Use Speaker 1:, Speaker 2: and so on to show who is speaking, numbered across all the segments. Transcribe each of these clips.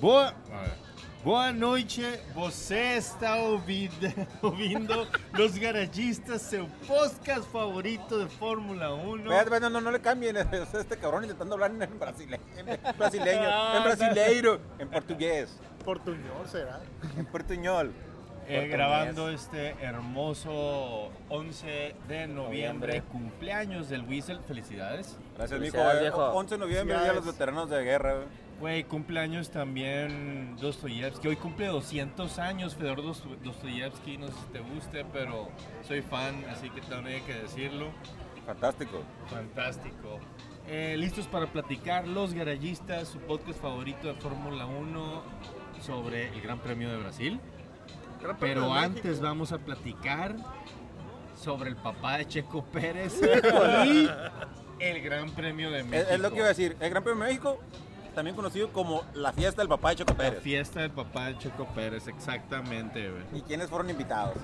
Speaker 1: Boa, boa noite, você está ouvindo, ouvindo Los Garagistas, seu podcast favorito de Fórmula 1.
Speaker 2: Espérate, espérate, no, no le cambien. o sea, Este cabrón intentando hablar en brasileño, en brasileño,
Speaker 1: Ah,
Speaker 2: en brasileiro, en portugués,
Speaker 3: Portuñol será.
Speaker 2: en portuñol.
Speaker 1: Eh,
Speaker 2: Portuñés.
Speaker 1: grabando este hermoso 11 de noviembre,
Speaker 4: Noviembre.
Speaker 1: cumpleaños del Whistle, felicidades.
Speaker 2: Gracias, mijo.
Speaker 4: Felicidades,
Speaker 2: Eh,
Speaker 4: viejo.
Speaker 2: 11 de noviembre, Día de los
Speaker 3: Felicidades.
Speaker 2: Veteranos de Guerra. eh. güey.
Speaker 1: Güey, cumpleaños también Dostoyevsky. Hoy cumple 200 años Fedor Dosto- Dostoyevsky. No sé si te guste, pero soy fan, así que tendría que decirlo.
Speaker 2: Fantástico.
Speaker 1: Fantástico. Eh, Listos para platicar Los Garayistas, su podcast favorito de Fórmula 1 sobre el Gran Premio de Brasil.
Speaker 3: Gran premio
Speaker 1: Pero
Speaker 3: de
Speaker 1: antes
Speaker 3: México.
Speaker 1: vamos a platicar sobre el papá de Checo Pérez y el Gran Premio de México.
Speaker 2: Es, es lo que iba a decir. El Gran Premio de México, también conocido como la fiesta del papá de Checo
Speaker 1: La
Speaker 2: Pérez.
Speaker 1: fiesta del papá de Checo Pérez, exactamente, güey.
Speaker 2: ¿Y quiénes fueron invitados?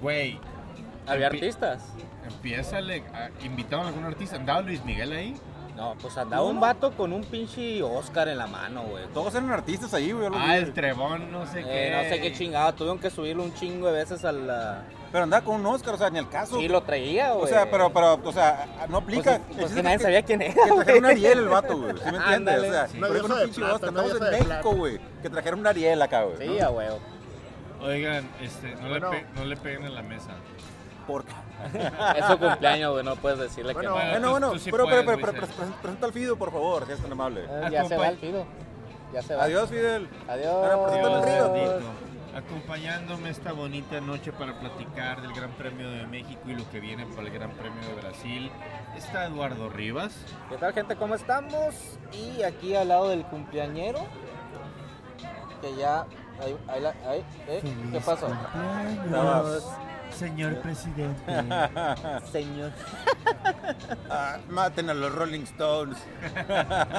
Speaker 1: Güey,
Speaker 4: Había
Speaker 1: Empi-
Speaker 4: artistas.
Speaker 1: Empieza, le a- invitaron a algún artista. ¿Andaba Luis Miguel ahí?
Speaker 4: No, pues andaba un vato con un pinche Oscar en la mano, güey.
Speaker 2: Todos eran artistas ahí, güey. yo los
Speaker 1: Ah,
Speaker 2: vi.
Speaker 4: este.
Speaker 1: el Trebón, no sé qué.
Speaker 4: Eh, no sé qué chingado, tuvieron que subirlo un chingo de veces a la...
Speaker 2: Pero andaba con un Oscar, o sea, ni el caso.
Speaker 4: Sí, lo traía, güey.
Speaker 2: o sea, pero, pero, o sea, no
Speaker 4: Pues,
Speaker 2: aplica.
Speaker 4: pues
Speaker 2: El
Speaker 4: que
Speaker 2: chiste
Speaker 4: nadie
Speaker 2: es
Speaker 4: sabía quién
Speaker 2: Que
Speaker 4: era,
Speaker 2: trajeron un
Speaker 4: güey.
Speaker 2: Ariel el vato, güey. ¿Sí me entiendes?
Speaker 4: Ándale.
Speaker 2: O sea,
Speaker 1: Sí.
Speaker 2: pero
Speaker 3: Una
Speaker 2: era un
Speaker 3: diosa de
Speaker 2: pinche
Speaker 3: plata,
Speaker 2: Oscar.
Speaker 3: una
Speaker 2: Estamos en
Speaker 3: diosa de
Speaker 2: México,
Speaker 3: plata.
Speaker 2: güey. Que trajeron un Ariel acá, güey.
Speaker 4: Sí,
Speaker 2: ¿no?
Speaker 4: a huevo.
Speaker 1: Oigan, este, no,
Speaker 3: Bueno.
Speaker 1: le pe- no le peguen en la mesa.
Speaker 2: ¿Por qué?
Speaker 4: Es su cumpleaños, güey, no puedes decirle
Speaker 3: Bueno,
Speaker 4: que no.
Speaker 1: Bueno,
Speaker 2: Bueno,
Speaker 1: tú-
Speaker 2: bueno,
Speaker 1: tú sí
Speaker 2: pero,
Speaker 1: puedes,
Speaker 2: pero, pero,
Speaker 1: Luis,
Speaker 2: pero
Speaker 1: eh.
Speaker 2: pres- presenta al Fido, por favor, si es tan amable.
Speaker 4: Eh, ya se
Speaker 1: Acompa-
Speaker 4: va el pido. Ya se va.
Speaker 2: Adiós, pues, Fidel.
Speaker 4: Adiós.
Speaker 2: Ahora preséntame al
Speaker 1: Dios
Speaker 2: Río.
Speaker 1: bendito. Acompañándome esta bonita noche para platicar del Gran Premio de México y lo que viene para el Gran Premio de Brasil está Eduardo Rivas.
Speaker 4: ¿Qué tal, gente? ¿Cómo estamos? Y aquí al lado del cumpleañero, que ya... Ahí, ahí, la- ahí, eh, ¿Qué pasó?
Speaker 2: Estabas-
Speaker 1: señor presidente.
Speaker 4: Señor.
Speaker 2: Ah, maten a los Rolling Stones.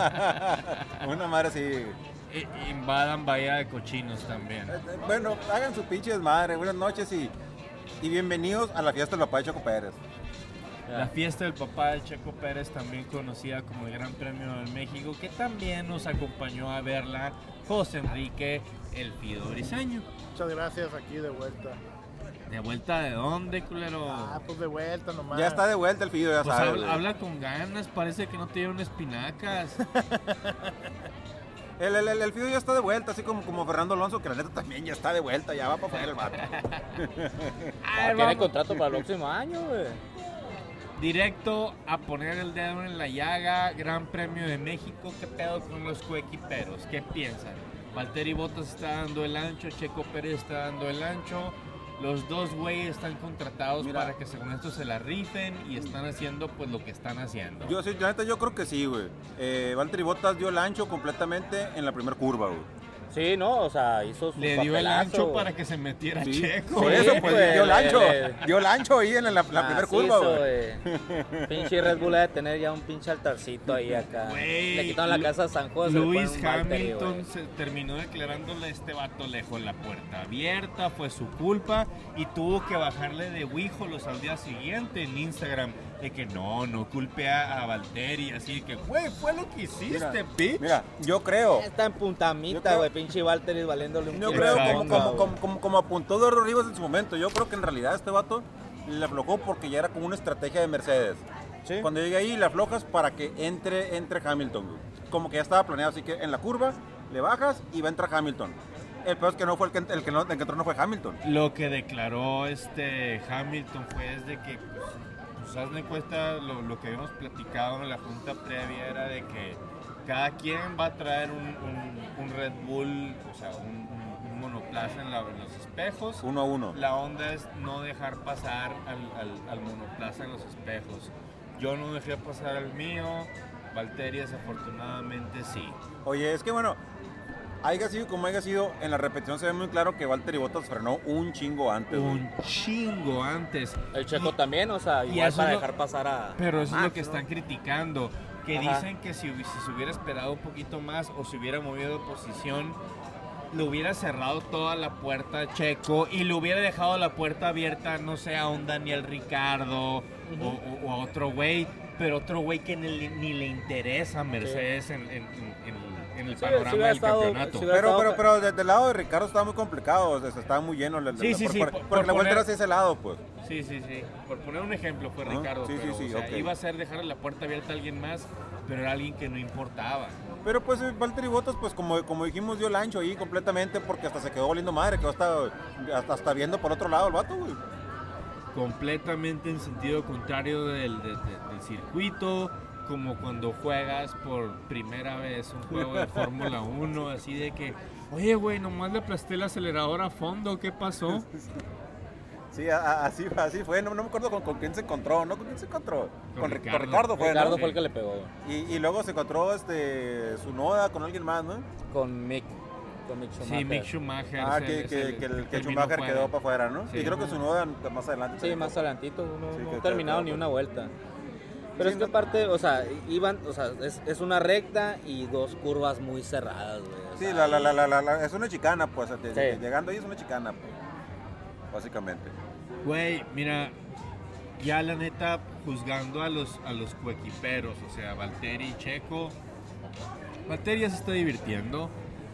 Speaker 2: Una madre así. Eh,
Speaker 1: E-, invadan Bahía de Cochinos también.
Speaker 2: eh, Bueno, hagan su pinche desmadre. Buenas noches y, y bienvenidos a la fiesta del papá de Choco Pérez.
Speaker 1: La fiesta del papá de Checo Pérez, también conocida como el Gran Premio de México, que también nos acompañó a verla José Enrique El Pido Briseño.
Speaker 3: Muchas gracias aquí de vuelta.
Speaker 1: ¿De vuelta de dónde, culero?
Speaker 3: Ah, pues de vuelta nomás.
Speaker 2: Ya está de vuelta el Fido, ya
Speaker 1: Pues
Speaker 2: sabes.
Speaker 1: habla,
Speaker 2: güey.
Speaker 1: habla con ganas, parece que no te dieron espinacas.
Speaker 2: El, el, el- el Fido ya está de vuelta, así como, como Fernando Alonso, que la neta también ya está de vuelta, ya va para poner el vato.
Speaker 1: A
Speaker 2: Ah,
Speaker 1: ver,
Speaker 4: Ah, Tiene
Speaker 1: vamos
Speaker 4: contrato para el próximo año, güey.
Speaker 1: Directo a poner el dedo en la llaga, Gran Premio de México, ¿qué pedo con los coequiperos? ¿Qué piensan? Valtteri Bottas está dando el ancho, Checo Pérez está dando el ancho. Los dos güeyes están contratados
Speaker 2: Mira.
Speaker 1: para que según esto se la rifen y están haciendo pues lo que están haciendo.
Speaker 2: Yo sí, la neta, yo creo que sí, güey. Eh, Valtteri Bottas dio el ancho completamente en la primera curva, güey.
Speaker 4: Sí, no, o sea, hizo su
Speaker 1: Le dio el
Speaker 4: papelazo,
Speaker 1: ancho
Speaker 4: güey.
Speaker 1: para que se metiera
Speaker 2: Sí,
Speaker 1: Checo.
Speaker 2: Por eso, pues,
Speaker 4: Ah, güey,
Speaker 2: dio el
Speaker 4: le-
Speaker 2: ancho.
Speaker 4: le-
Speaker 2: Dio el ancho ahí en la, la
Speaker 4: Ah,
Speaker 2: primera curva,
Speaker 4: Macizo,
Speaker 2: güey.
Speaker 4: güey. eh, pinche Red Bull ha de tener ya un pinche altarcito ahí acá.
Speaker 1: Güey,
Speaker 4: le quitaron
Speaker 1: Lu-
Speaker 4: la casa a San José.
Speaker 1: Luis Hamilton se terminó declarándole a este vato lejos la puerta abierta, fue su culpa y tuvo que bajarle de huíjolos al día siguiente en Instagram de que no, no culpe a, a Valtteri, así que güey, fue lo que hiciste, bitch.
Speaker 2: Mira, yo creo.
Speaker 4: Está en
Speaker 2: Yo
Speaker 4: puntamita,
Speaker 2: creo-
Speaker 4: güey. Pinche Valtteri valiéndole un
Speaker 2: Yo
Speaker 4: kilo
Speaker 2: creo
Speaker 4: de
Speaker 2: como,
Speaker 4: onda,
Speaker 2: como,
Speaker 4: güey.
Speaker 2: como, como, como apuntó Eduardo Rivas en su momento. Yo creo que en realidad este vato le aflojó porque ya era como una estrategia de Mercedes.
Speaker 4: Sí.
Speaker 2: Cuando llegue ahí, le aflojas para que entre, entre Hamilton. güey. Como que ya estaba planeado, así que en la curva le bajas y va a entrar Hamilton. El peor es que no fue el que, ent- el que, no, el que entró no fue Hamilton.
Speaker 1: Lo que declaró este Hamilton fue es de que, pues, pues hazme cuenta, lo, lo que habíamos platicado en la junta previa era de que cada quien va a traer un, un- un Red Bull, o sea, un, un- un monoplaza en, la- en los espejos.
Speaker 2: Uno a uno.
Speaker 1: La onda es no dejar pasar al, al- al monoplaza en los espejos. Yo no dejé pasar al mío, Valtteri desafortunadamente sí.
Speaker 2: Oye, es que bueno, haya sido como haya sido, en la repetición se ve muy claro que Valtteri Bottas frenó un chingo antes. güey.
Speaker 1: Un chingo antes.
Speaker 4: El checo también, o sea,
Speaker 1: y
Speaker 4: igual
Speaker 1: eso
Speaker 4: para
Speaker 1: es lo-
Speaker 4: dejar pasar a.
Speaker 1: Pero eso es lo
Speaker 4: Max,
Speaker 1: que
Speaker 4: ¿no?
Speaker 1: están criticando, que
Speaker 4: Ajá.
Speaker 1: dicen que si, hubi- si se hubiera esperado un poquito más o se hubiera movido de posición, le hubiera cerrado toda la puerta a Checo y le hubiera dejado la puerta abierta, no sé, a un Daniel Ricardo o- o, o a otro güey, pero otro güey que ni, le- ni le interesa a Mercedes en, en- en- en- en en el
Speaker 5: Sí,
Speaker 1: panorama
Speaker 5: sí hubiera
Speaker 1: del
Speaker 5: estado-
Speaker 1: campeonato.
Speaker 5: sí hubiera-
Speaker 2: Pero, pero, pero desde el lado de Ricardo estaba muy complicado, o sea, estaba muy lleno. la- la-
Speaker 1: Sí, sí,
Speaker 2: por-
Speaker 1: sí,
Speaker 2: por-
Speaker 1: por-
Speaker 2: porque
Speaker 1: por
Speaker 2: la vuelta
Speaker 1: poner-
Speaker 2: era hacia ese lado, pues.
Speaker 1: Sí, sí, sí. Por poner un ejemplo fue
Speaker 2: Ajá,
Speaker 1: Ricardo,
Speaker 2: sí, sí,
Speaker 1: pero,
Speaker 2: sí,
Speaker 1: o sea,
Speaker 2: ok.
Speaker 1: iba a ser dejar la puerta abierta a alguien más, pero era alguien que no importaba.
Speaker 2: Pero pues eh, Valtteri Bottas, pues como, como dijimos, dio el ancho ahí completamente porque hasta se quedó volviendo madre, quedó hasta, hasta, hasta viendo por otro lado el vato, güey.
Speaker 1: Completamente en sentido contrario del, de- de- del circuito, como cuando juegas por primera vez un juego de Fórmula 1, así de que, oye, güey, nomás le aplasté el acelerador a fondo, ¿qué pasó?
Speaker 2: Sí, a- a- así, así fue, no, no me acuerdo con, con quién se encontró, ¿no? ¿Con quién se encontró?
Speaker 1: Con
Speaker 2: Con, Ri-
Speaker 1: Ricardo.
Speaker 2: con Ricardo fue,
Speaker 5: Ricardo
Speaker 2: ¿no?
Speaker 1: eh.
Speaker 5: fue el que le pegó, güey.
Speaker 2: Y, y luego se encontró este, su noda con alguien más, ¿no?
Speaker 5: Con Mick. Con Mick Schumacher.
Speaker 1: Sí, Mick Schumacher.
Speaker 2: Ah,
Speaker 1: se-
Speaker 2: que,
Speaker 1: se-
Speaker 2: que, que el, que el
Speaker 1: terminó
Speaker 2: Schumacher
Speaker 1: fuera.
Speaker 2: quedó para afuera, ¿no?
Speaker 1: Sí.
Speaker 2: Y creo que su noda más adelante.
Speaker 5: Sí,
Speaker 2: se-
Speaker 5: más adelantito, no,
Speaker 2: Sí,
Speaker 5: no
Speaker 2: que-
Speaker 5: ha terminado
Speaker 2: que-
Speaker 5: ni una vuelta. Pero
Speaker 2: Sí,
Speaker 5: es que
Speaker 2: no-
Speaker 5: aparte, o sea, iban, o sea, es, es una recta y dos curvas muy cerradas, güey. o
Speaker 2: Sí,
Speaker 5: sea,
Speaker 2: la, la, la, la, la- la- es una chicana, pues, de- de-
Speaker 5: Sí.
Speaker 2: llegando ahí es una chicana, pues, básicamente.
Speaker 1: Güey, mira, ya la neta, juzgando a los, a los coequiperos, o sea, Valtteri y Checo, Valtteri ya se está divirtiendo.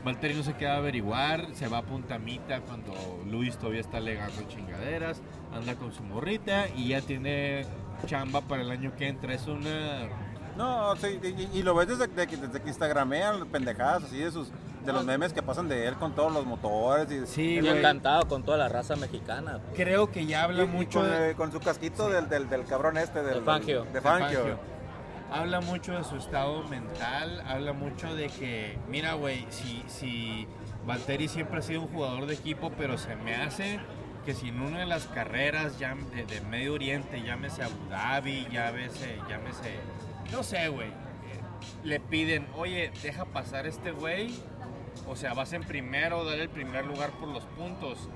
Speaker 1: Valtteri no se queda a averiguar, se va a puntamita cuando Luis todavía está legando chingaderas, anda con su morrita y ya tiene chamba para el año que entra. Es una.
Speaker 2: No, sí, y, y- y lo ves desde, que- desde que Instagramean las pendejadas así de sus de
Speaker 5: Ah.
Speaker 2: los memes que pasan de él con todos los motores y,
Speaker 1: Sí,
Speaker 5: y
Speaker 1: güey.
Speaker 5: encantado con toda la raza mexicana. güey.
Speaker 1: Creo que ya
Speaker 2: y-
Speaker 1: habla
Speaker 2: y
Speaker 1: mucho
Speaker 2: con,
Speaker 1: de.
Speaker 2: eh, con su casquito del, del, del cabrón este del,
Speaker 5: De Fangio.
Speaker 2: de Fangio.
Speaker 1: Fangio. Habla mucho de su estado mental, habla mucho de que, mira, güey, si, si Valtteri siempre ha sido un jugador de equipo, pero se me hace que si en una de las carreras ya de, de Medio Oriente, llámese Abu Dhabi, llámese, llámese, no sé, güey, eh, le piden, oye, deja pasar este güey, o sea, vas en primero, dale el primer lugar por los puntos.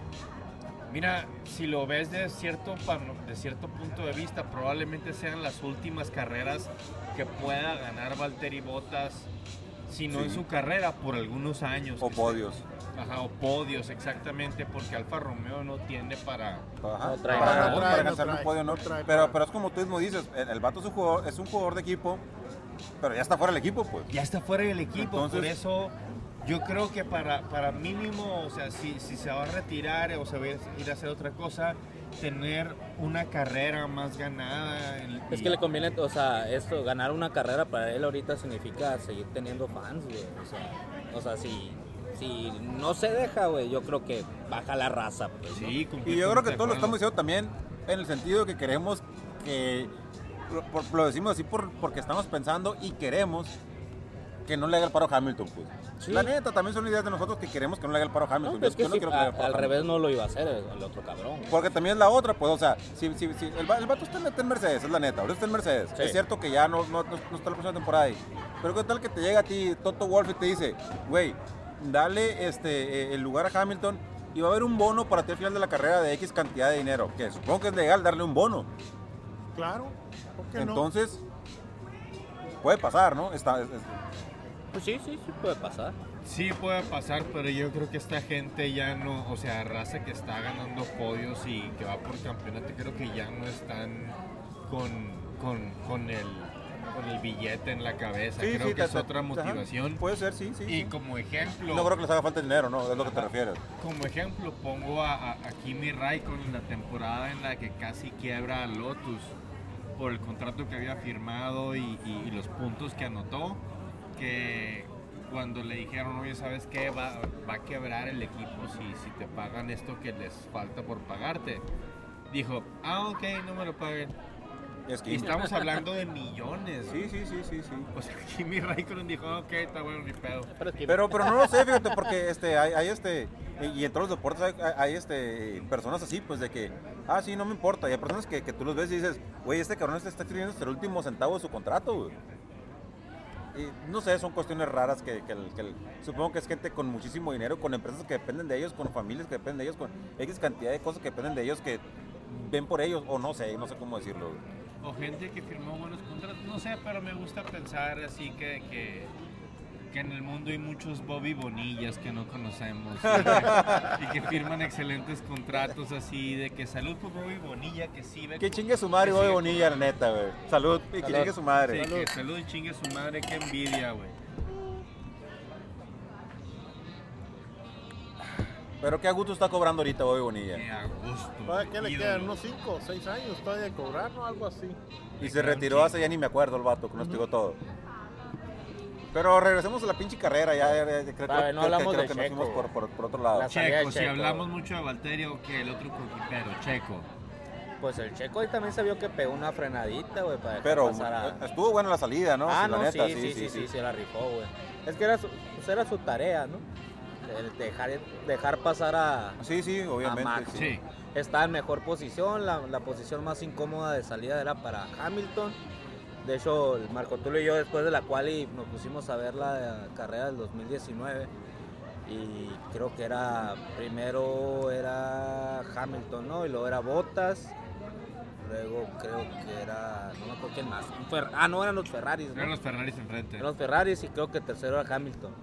Speaker 1: Mira, si lo ves de cierto, pano- de cierto punto de vista, probablemente sean las últimas carreras que pueda ganar Valtteri Bottas, si no
Speaker 2: Sí.
Speaker 1: en su carrera, por algunos años.
Speaker 2: O
Speaker 1: que
Speaker 2: podios.
Speaker 1: esté- Ajá, o podios, exactamente, porque Alfa Romeo no tiene para...
Speaker 2: Ajá.
Speaker 5: No
Speaker 2: para
Speaker 5: trae
Speaker 2: ganar,
Speaker 5: nada.
Speaker 2: para
Speaker 3: No
Speaker 2: alcanzar
Speaker 3: trae,
Speaker 2: un podio, ¿no?
Speaker 3: no trae
Speaker 2: pero,
Speaker 3: nada.
Speaker 2: pero es como tú mismo dices, el, el vato es un, jugador, es un jugador de equipo, pero ya está fuera del equipo, pues.
Speaker 1: Ya está fuera del equipo, por
Speaker 2: Entonces-
Speaker 1: eso yo creo que para, para mínimo, o sea, si, si se va a retirar o se va a ir a hacer otra cosa, tener una carrera más ganada. en-
Speaker 5: Es
Speaker 1: y-
Speaker 5: que le conviene, o sea, esto, ganar una carrera para él ahorita significa seguir teniendo fans, güey. O sea, o sea, si, si no se deja, güey, yo creo que baja la raza, pues. ¿no?
Speaker 1: Sí,
Speaker 2: Y yo creo que
Speaker 1: completamente
Speaker 2: todos lo
Speaker 1: de acuerdo.
Speaker 2: estamos diciendo también en el sentido que queremos que. Lo, por- lo decimos así por, porque estamos pensando y queremos que no le haga el paro a Hamilton, pues.
Speaker 5: Sí.
Speaker 2: La neta, también son ideas de nosotros que queremos que no le haga el paro a
Speaker 5: No,
Speaker 2: Hamilton.
Speaker 5: pero es que
Speaker 2: Yo no
Speaker 5: si
Speaker 2: quiero que le
Speaker 5: a-
Speaker 2: haga el paro a
Speaker 5: al
Speaker 2: Hamilton.
Speaker 5: revés no lo iba a hacer el, el otro cabrón. güey.
Speaker 2: Porque también es la otra, pues, o sea, si, si, si- el, va- el vato está en, está en Mercedes, es la neta, ahorita está en Mercedes.
Speaker 5: Sí.
Speaker 2: Es cierto que ya no, no, no- no está la próxima temporada ahí. Pero qué tal que te llega a ti Toto Wolff y te dice, güey, dale este, eh, el lugar a Hamilton y va a haber un bono para ti al final de la carrera de X cantidad de dinero. Que supongo que es legal darle un bono.
Speaker 3: Claro, ¿por qué no?
Speaker 2: Entonces, puede pasar, ¿no? Está, es- es-
Speaker 5: Pues sí, sí, sí puede pasar.
Speaker 1: Sí puede pasar, pero yo creo que esta gente ya no, o sea, raza que está ganando podios y que va por campeonato, creo que ya no están con, con, con el, con el billete en la cabeza. creo que
Speaker 2: te-
Speaker 1: es
Speaker 2: te-
Speaker 1: otra
Speaker 2: ajá,
Speaker 1: motivación.
Speaker 2: Puede ser, sí, Pues, sí.
Speaker 1: Y
Speaker 2: sí.
Speaker 1: como ejemplo,
Speaker 2: No creo que les haga falta el dinero, ¿no? Es lo que te
Speaker 1: Ajá.
Speaker 2: refieres.
Speaker 1: como ejemplo pongo a, a- a Kimi Raikkonen en la temporada en la que casi quiebra a Lotus por el contrato que había firmado y, y- y los puntos que anotó, que cuando le dijeron, oye, ¿sabes qué? Va, va a quebrar el equipo si, si te pagan esto que les falta por pagarte. Dijo, ah, ok, no me lo paguen.
Speaker 2: Es que...
Speaker 1: Y estamos hablando de millones.
Speaker 2: Sí, sí, sí, sí, sí.
Speaker 1: O sea, Kimi Raikkonen dijo, "Ah, ok, está bueno, ni pedo.
Speaker 5: Pero es que-
Speaker 2: Pero, pero no lo sé, fíjate, porque este, hay, hay, este, y en todos los deportes hay, hay- hay, este, personas así, pues de que, ah, sí, no me importa. Y hay personas que, que tú los ves y dices, güey, este cabrón se está escribiendo hasta el último centavo de su contrato, güey. Y no sé, son cuestiones raras que, que el- que el- supongo que es gente con muchísimo dinero, con empresas que dependen de ellos, con familias que dependen de ellos, con X cantidad de cosas que dependen de ellos que ven por ellos, o no sé, no sé cómo decirlo. güey.
Speaker 1: o gente que firmó buenos contratos. No sé, pero me gusta pensar así que, que, que en el mundo hay muchos Bobby Bonillas que no conocemos y que, y que firman excelentes contratos así de que salud por Bobby Bonilla que sí ve
Speaker 2: Que chingue su madre, güey, Bonilla, la neta, güey. Salud, y que
Speaker 5: Salud.
Speaker 2: chingue su madre.
Speaker 1: Sí, que salud y chingue su madre, qué envidia, güey.
Speaker 2: Pero qué a gusto está cobrando ahorita Bobby Bonilla.
Speaker 1: Qué a gusto.
Speaker 3: ¿Para qué le
Speaker 1: ídolo.
Speaker 3: quedan? Unos 5 o 6 años todavía de cobrar, ¿no? Algo así.
Speaker 2: Y se retiró hace ya ni me acuerdo el vato, que nos pegó todo. Pero regresemos a la pinche carrera, ya, ya, ya, creo,
Speaker 5: Sabe,
Speaker 2: creo-
Speaker 5: no
Speaker 2: creo-
Speaker 5: hablamos
Speaker 2: creo
Speaker 5: de
Speaker 2: que nos
Speaker 5: Checo,
Speaker 2: fuimos por,
Speaker 5: güey.
Speaker 2: por- por otro lado.
Speaker 5: Las- Sabía
Speaker 1: Checo, si
Speaker 5: Checo.
Speaker 1: hablamos mucho de Valterio, que el otro coquipero, Checo.
Speaker 5: Pues el checo ahí también se vio que pegó una frenadita, güey, para dejar
Speaker 2: Pero
Speaker 5: pasar a-
Speaker 2: estuvo buena la salida, ¿no?
Speaker 5: ah,
Speaker 2: Sí, la
Speaker 5: no,
Speaker 2: neta,
Speaker 5: sí, sí, sí, sí, se la rifó, güey. Es que era su, pues era su tarea, ¿no? El dejar, dejar pasar a...
Speaker 2: Sí, sí,
Speaker 5: Max.
Speaker 2: obviamente. sí.
Speaker 1: Sí.
Speaker 5: Estaba en mejor posición, la, la posición más incómoda de salida era para Hamilton. De hecho, el Marco Tulio y yo después de la cual nos pusimos a ver la carrera del 2019 y creo que era primero era Hamilton, ¿no? Y luego era Bottas. Luego creo que era no me acuerdo quién más. un Fer- ah, no eran los Ferraris, ¿no?
Speaker 1: Eran los Ferraris enfrente.
Speaker 5: Eran los Ferraris y creo que tercero era Hamilton.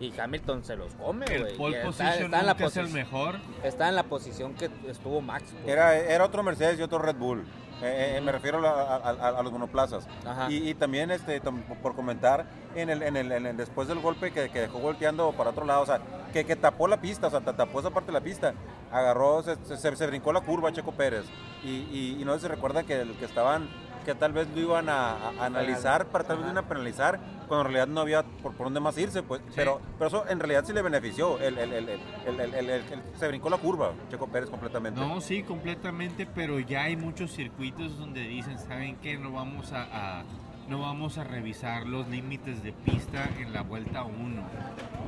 Speaker 5: Y Hamilton se los come, güey.
Speaker 1: El
Speaker 5: y
Speaker 1: pole
Speaker 5: está-
Speaker 1: position
Speaker 5: está en la
Speaker 1: nunca es el
Speaker 5: posi-
Speaker 1: mejor.
Speaker 5: Está en la posición que estuvo Max. pues.
Speaker 2: Era, era otro Mercedes y otro Red Bull. Eh, eh, me refiero a, la- a- a- a los monoplazas.
Speaker 5: Ajá.
Speaker 2: Y, y también este, tam- por comentar, en el, en el- en el- después del golpe que, que dejó volteando para otro lado, o sea, que, que tapó la pista, o sea, ta- tapó esa parte de la pista, agarró, se, se- se brincó la curva Checo Pérez. Y, y- y no sé si recuerda que, el que estaban, que tal vez lo iban a, a- a analizar, para tal vez
Speaker 5: Ajá.
Speaker 2: lo iban a penalizar, cuando en realidad no había por, por dónde más irse, pues. Pero, pero eso en realidad sí le benefició, el, el- el- el- el- el- el- el- se brincó la curva Checo Pérez completamente.
Speaker 1: No, sí, completamente, pero ya hay muchos circuitos donde dicen, ¿saben qué? No vamos a, a- no vamos a revisar los límites de pista en la vuelta 1.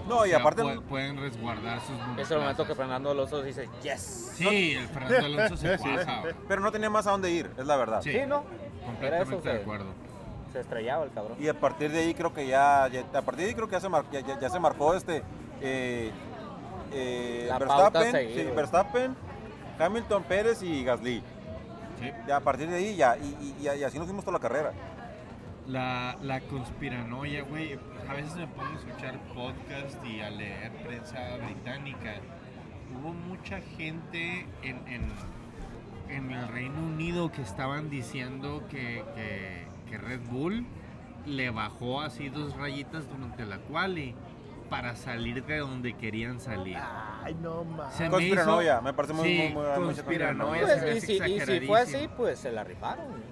Speaker 2: No, y aparte...
Speaker 1: pueden resguardar sus
Speaker 5: Es el momento que
Speaker 1: monoplazas.
Speaker 5: Fernando Alonso dice, yes.
Speaker 1: Sí, el Fernando Alonso se cuaja. güey.
Speaker 2: Pero no tenía más a dónde ir, es la verdad.
Speaker 1: Sí,
Speaker 5: Sí, ¿no? Era eso,
Speaker 1: completamente
Speaker 5: se,
Speaker 1: de acuerdo.
Speaker 5: se estrellaba el cabrón.
Speaker 2: Y a partir de ahí creo que ya, ya- a partir de ahí creo que ya se, mar- ya, ya- ya se marcó este eh, eh,
Speaker 5: La pauta a
Speaker 2: Verstappen,
Speaker 5: seguir,
Speaker 2: sí,
Speaker 5: güey.
Speaker 2: Verstappen, Hamilton, Pérez y Gasly.
Speaker 1: Sí.
Speaker 2: Ya a partir de ahí ya y, y- y- y así nos fuimos toda la carrera.
Speaker 1: La, la conspiranoia, güey. A veces me pongo a escuchar podcast y a leer prensa británica. Hubo mucha gente en, en- en el Reino Unido que estaban diciendo que, que- que Red Bull le bajó así dos rayitas durante la quali para salir de donde querían salir.
Speaker 3: Ay, no mames.
Speaker 1: Se me
Speaker 2: Conspiranoia, me parece muy-
Speaker 1: sí,
Speaker 2: muy- muy- mucha
Speaker 1: conspiranoia.
Speaker 5: Pues,
Speaker 1: se me
Speaker 5: y,
Speaker 1: hace
Speaker 5: si, y si
Speaker 1: exageradísimo.
Speaker 5: fue así, pues se la rifaron.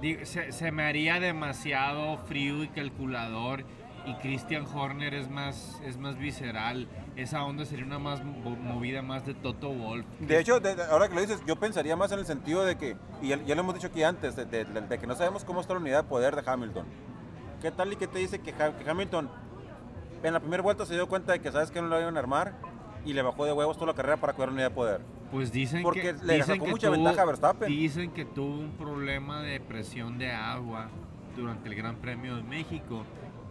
Speaker 1: Digo, se, se me haría demasiado frío y calculador. Y Christian Horner es más, es más visceral. Esa onda sería una más mo- movida más de Toto Wolf.
Speaker 2: De hecho, de- de- ahora que lo dices, yo pensaría más en el sentido de que, y ya, ya lo hemos dicho aquí antes, de, de- de- de que no sabemos cómo está la unidad de poder de Hamilton. ¿Qué tal y qué te dice que, Ha- que Hamilton en la primera vuelta se dio cuenta de que sabes que no lo iban a armar y le bajó de huevos toda la carrera para cuidar la unidad de poder?
Speaker 1: Pues dicen
Speaker 2: Porque
Speaker 1: que.
Speaker 2: le
Speaker 1: dicen
Speaker 2: sacó
Speaker 1: que
Speaker 2: mucha ventaja a Verstappen.
Speaker 1: Dicen que tuvo un problema de presión de agua durante el Gran Premio de México.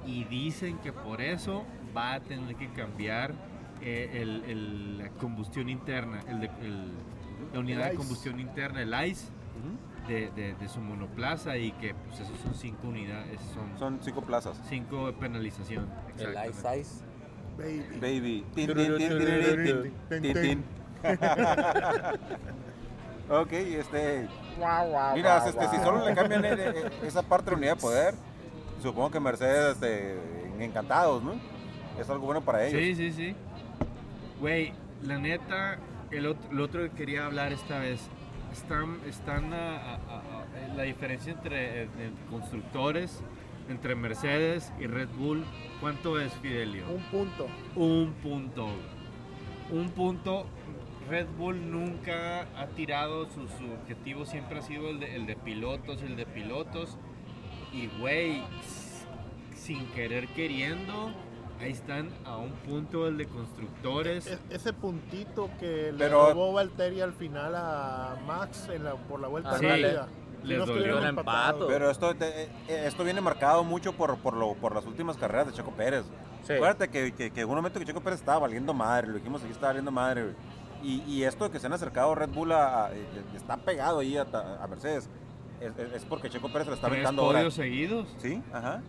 Speaker 1: Y dicen que por eso va a tener que cambiar eh, el- el- la combustión interna, el de- el- la unidad
Speaker 3: El
Speaker 1: de
Speaker 3: ICE.
Speaker 1: combustión interna, el ICE. de, de- de su monoplaza y que pues esos son cinco unidades, son,
Speaker 2: Son cinco plazas.
Speaker 1: cinco de penalización.
Speaker 5: El
Speaker 1: exactamente.
Speaker 5: Ice Ice.
Speaker 3: Baby.
Speaker 2: Baby. Tin, tin, tin, tin, tin, tin, tin.
Speaker 3: Tin.
Speaker 2: Ok, este.
Speaker 4: Guau, guau,
Speaker 2: Mira,
Speaker 5: Ah,
Speaker 4: guau,
Speaker 2: este, si
Speaker 4: guau.
Speaker 2: solo le cambian eh, eh, esa parte de la unidad de poder, supongo que Mercedes, este, encantados, ¿no? Es algo bueno para ellos.
Speaker 1: Sí, sí, sí. Güey, la neta, el otro, lo otro que quería hablar esta vez, están, están a- a- a- a- la diferencia entre eh, de constructores, entre Mercedes y Red Bull, ¿cuánto es, Fidelio?
Speaker 3: Un punto.
Speaker 1: un punto. Un punto. Red Bull nunca ha tirado su, su objetivo, siempre ha sido el de, el de pilotos, el de pilotos. Y güey, s- sin querer queriendo, ahí están a un punto el de constructores.
Speaker 3: E- ese puntito que le
Speaker 2: Pero-
Speaker 3: robó Valtteri al final a Max en la- por la vuelta
Speaker 5: Ah, sí.
Speaker 3: rápida. Si
Speaker 1: Les
Speaker 3: no
Speaker 1: dolió
Speaker 3: estuvieron
Speaker 5: el
Speaker 3: empatados.
Speaker 5: empato.
Speaker 2: Pero esto, te- eh, esto viene marcado mucho por, por, lo, por las últimas carreras de Checo Pérez.
Speaker 5: Sí.
Speaker 2: Acuérdate que, que, que hubo un momento que Checo Pérez estaba valiendo madre, lo dijimos aquí estaba valiendo madre, güey. Y, y esto de que se han acercado Red Bull a, a- eh, está pegado ahí a, ta- a Mercedes, es, es- es porque Checo Pérez le está
Speaker 1: Tres
Speaker 2: aventando ahora.
Speaker 1: podios seguidos.
Speaker 2: Sí, ajá.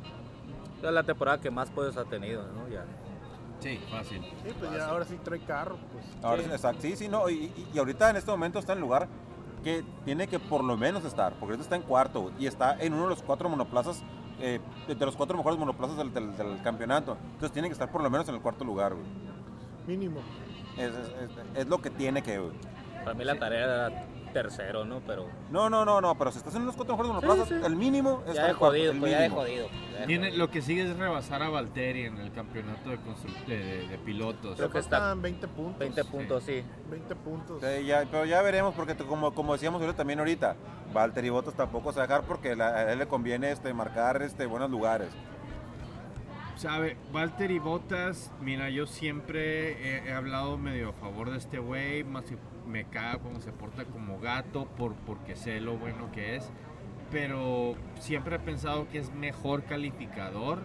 Speaker 5: Es la temporada que más podios ha tenido, ¿no? Ya.
Speaker 1: Sí, fácil.
Speaker 3: Sí, pues ya ahora sí trae carro. Pues.
Speaker 2: Ahora sí, exacto. Sí, sí, no. Y, y- y ahorita en este momento está en el lugar que tiene que por lo menos estar, porque ahorita está en cuarto güey, y está en uno de los cuatro monoplazas, eh, de de los cuatro mejores monoplazas del, del- del campeonato. Entonces tiene que estar por lo menos en el cuarto lugar, güey.
Speaker 3: Mínimo.
Speaker 2: Es, es- es- es lo que tiene que, güey.
Speaker 5: Para mí la tarea era tercero, ¿no? Pero
Speaker 2: No, no, no, no, pero si estás en unos cuatro mejores en la plaza, el mínimo es
Speaker 5: ya de
Speaker 2: estar cuarto,
Speaker 5: jodido,
Speaker 2: el
Speaker 5: pues ya de
Speaker 2: mínimo.
Speaker 5: jodido. ya de
Speaker 1: Tiene-
Speaker 5: jodido.
Speaker 1: lo que sigue es rebasar a Valtteri en el campeonato de, constru- de, de- de pilotos.
Speaker 5: Creo que está
Speaker 3: Están 20 puntos.
Speaker 5: 20 puntos, sí.
Speaker 3: 20 puntos.
Speaker 2: Sí, ya, pero ya veremos, porque te- como, como decíamos ahorita- también ahorita, Valtteri Bottas tampoco se va a dejar porque la- a él le conviene este, marcar este, buenos lugares.
Speaker 1: Sabe, Valtteri Bottas, mira, yo siempre he, he hablado medio a favor de este güey, más si me caga cuando se porta como gato por, porque sé lo bueno que es, pero siempre he pensado que es mejor calificador,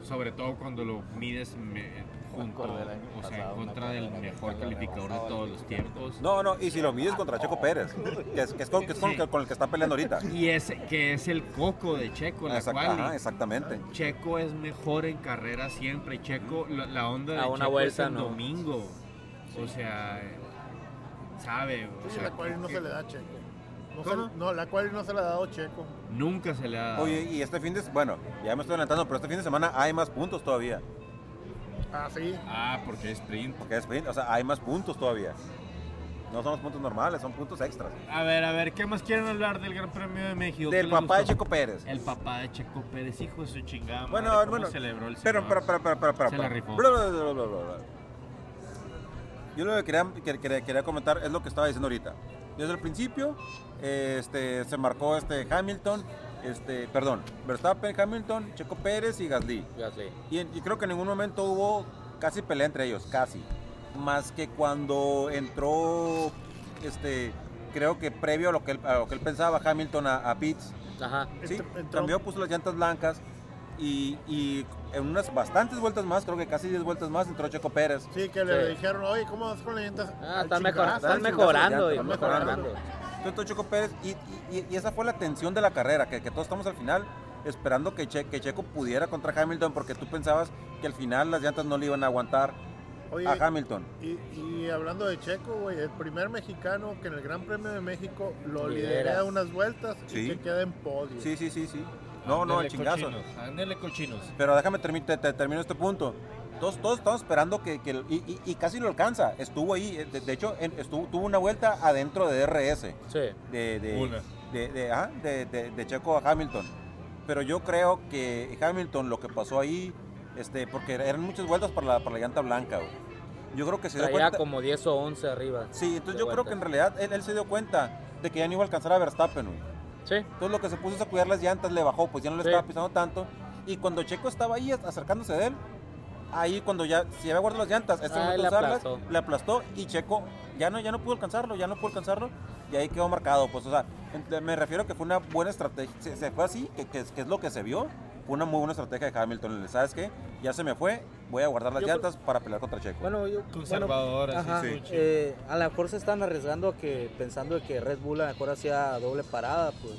Speaker 1: sobre todo cuando lo mides me- junto,
Speaker 4: acuerdo del año
Speaker 1: o sea,
Speaker 4: pasado,
Speaker 1: en
Speaker 4: me
Speaker 1: contra del
Speaker 4: acuerdo del año
Speaker 1: mejor
Speaker 4: pasado,
Speaker 1: calificador de todos los tiempos.
Speaker 2: No, no, y si lo mides contra Checo Pérez, que es, que es con, que es con-
Speaker 1: Sí.
Speaker 2: que- con el que está peleando ahorita.
Speaker 1: Y ese que es el coco de Checo, la
Speaker 2: Exact-
Speaker 1: cual
Speaker 2: ajá, exactamente.
Speaker 1: Checo es mejor en carrera siempre. Checo, la, la onda de
Speaker 5: A una
Speaker 1: Checo
Speaker 5: vuelta,
Speaker 1: es el
Speaker 5: no.
Speaker 1: domingo. O sea, eh, sabe. O
Speaker 3: Sí,
Speaker 1: sea,
Speaker 3: la cual no
Speaker 1: que
Speaker 3: se le da a Checo. No, se-
Speaker 1: ¿Cómo?
Speaker 3: no, la cual no se le ha dado Checo.
Speaker 1: Nunca se le ha dado.
Speaker 2: Oye, y este fin de bueno, ya me estoy adelantando, pero este fin de semana hay más puntos todavía.
Speaker 3: Ah, sí.
Speaker 1: Ah, porque es sprint.
Speaker 2: Porque es sprint, o sea, hay más puntos todavía. No son los puntos normales, son puntos extras.
Speaker 1: A ver, a ver, ¿qué más quieren hablar del Gran Premio de México? ¿Qué
Speaker 2: Del
Speaker 1: les
Speaker 2: papá de
Speaker 1: gustó?
Speaker 2: Checo Pérez.
Speaker 1: El papá de Checo Pérez, hijo de su chingada.
Speaker 2: Bueno,
Speaker 1: madre, ¿cómo
Speaker 2: bueno,
Speaker 1: Celebró el
Speaker 2: Pero,
Speaker 1: señor?
Speaker 2: pero, pero, pero, pero, pero,
Speaker 1: Se la
Speaker 2: pero,
Speaker 1: rifó.
Speaker 2: bla, bla, bla, bla, bla, bla. Yo lo que quería, que- que- quería comentar es lo que estaba diciendo ahorita. Desde el principio, eh, este, se marcó este Hamilton, este, perdón, Verstappen, Hamilton, Checo Pérez y Gasly.
Speaker 5: Gasly.
Speaker 2: Y, en- y creo que en ningún momento hubo casi pelea entre ellos, casi. Más que cuando entró, este, creo que previo a lo que él, a lo que él pensaba, Hamilton a, a Pitts.
Speaker 5: Ajá.
Speaker 2: Sí,
Speaker 3: Entr- entró-
Speaker 2: cambió, puso las llantas blancas y, y en unas bastantes vueltas más, creo que casi 10 vueltas más, entró Checo Pérez.
Speaker 3: Sí, que le
Speaker 5: Sí.
Speaker 3: dijeron, oye, ¿cómo vas con la llantas?
Speaker 5: Ah,
Speaker 3: Al
Speaker 5: están, mejor-
Speaker 3: chingazo,
Speaker 5: están
Speaker 3: al chingazo.
Speaker 5: mejorando,
Speaker 2: están
Speaker 5: están mejorando.
Speaker 3: mejorando.
Speaker 2: Entonces entró Checo Pérez y, y- y esa fue la tensión de la carrera, que, que todos estamos al final esperando que, Che- que Checo pudiera contra Hamilton porque tú pensabas que al final las llantas no le iban a aguantar
Speaker 3: Oye,
Speaker 2: a Hamilton.
Speaker 3: y, y hablando de Checo, güey, el primer mexicano que en el Gran Premio de México lo
Speaker 5: Lidera.
Speaker 3: lidera unas vueltas
Speaker 2: Sí.
Speaker 3: y que queda en podio.
Speaker 2: Sí, sí, sí, sí. No, no, el
Speaker 1: Ándele,
Speaker 2: chingazo.
Speaker 1: cochinos, Ándele cochinos.
Speaker 2: Pero déjame terminar termino este punto. Todos, todos estamos esperando que, que el- y, y- y casi lo alcanza. Estuvo ahí. eh, De, de hecho, en- estuvo, tuvo una vuelta adentro de DRS.
Speaker 5: Sí.
Speaker 2: de, de-
Speaker 1: Una.
Speaker 2: de- de- ajá, de- de- de Checo a Hamilton. Pero yo creo que Hamilton lo que pasó ahí, este, porque eran muchas vueltas para la, para la llanta blanca. güey. Yo creo que se dio
Speaker 5: Traía
Speaker 2: cuenta.
Speaker 5: como 10 o 11 arriba.
Speaker 2: Sí, entonces
Speaker 5: de
Speaker 2: yo creo que en
Speaker 5: vueltas.
Speaker 2: realidad él, él se dio cuenta de que ya no iba a alcanzar a Verstappen. güey.
Speaker 5: Sí.
Speaker 2: Entonces lo que se puso es a cuidar las llantas, le bajó, pues ya no le
Speaker 5: Sí.
Speaker 2: estaba pisando tanto. Y cuando Checo estaba ahí acercándose de él, ahí cuando ya se había guardado las llantas, este
Speaker 5: Ah,
Speaker 2: momento
Speaker 5: le
Speaker 2: de usarlas,
Speaker 5: aplastó.
Speaker 2: le aplastó y Checo ya no, ya no pudo alcanzarlo, ya no pudo alcanzarlo y ahí quedó marcado. Pues o sea, ent- me refiero que fue una buena estrategia, se, se fue así, que, que es- que es lo que se vio. Fue una muy buena estrategia de Hamilton. Le, ¿Sabes qué? Ya se me fue, voy a guardar las
Speaker 5: Yo creo-
Speaker 2: llantas para pelear contra Checo.
Speaker 5: Bueno, yo.
Speaker 1: Conservador, así,
Speaker 5: Ajá,
Speaker 1: sí.
Speaker 5: eh, a lo mejor se están arriesgando a que pensando que Red Bull a lo mejor hacía doble parada, pues.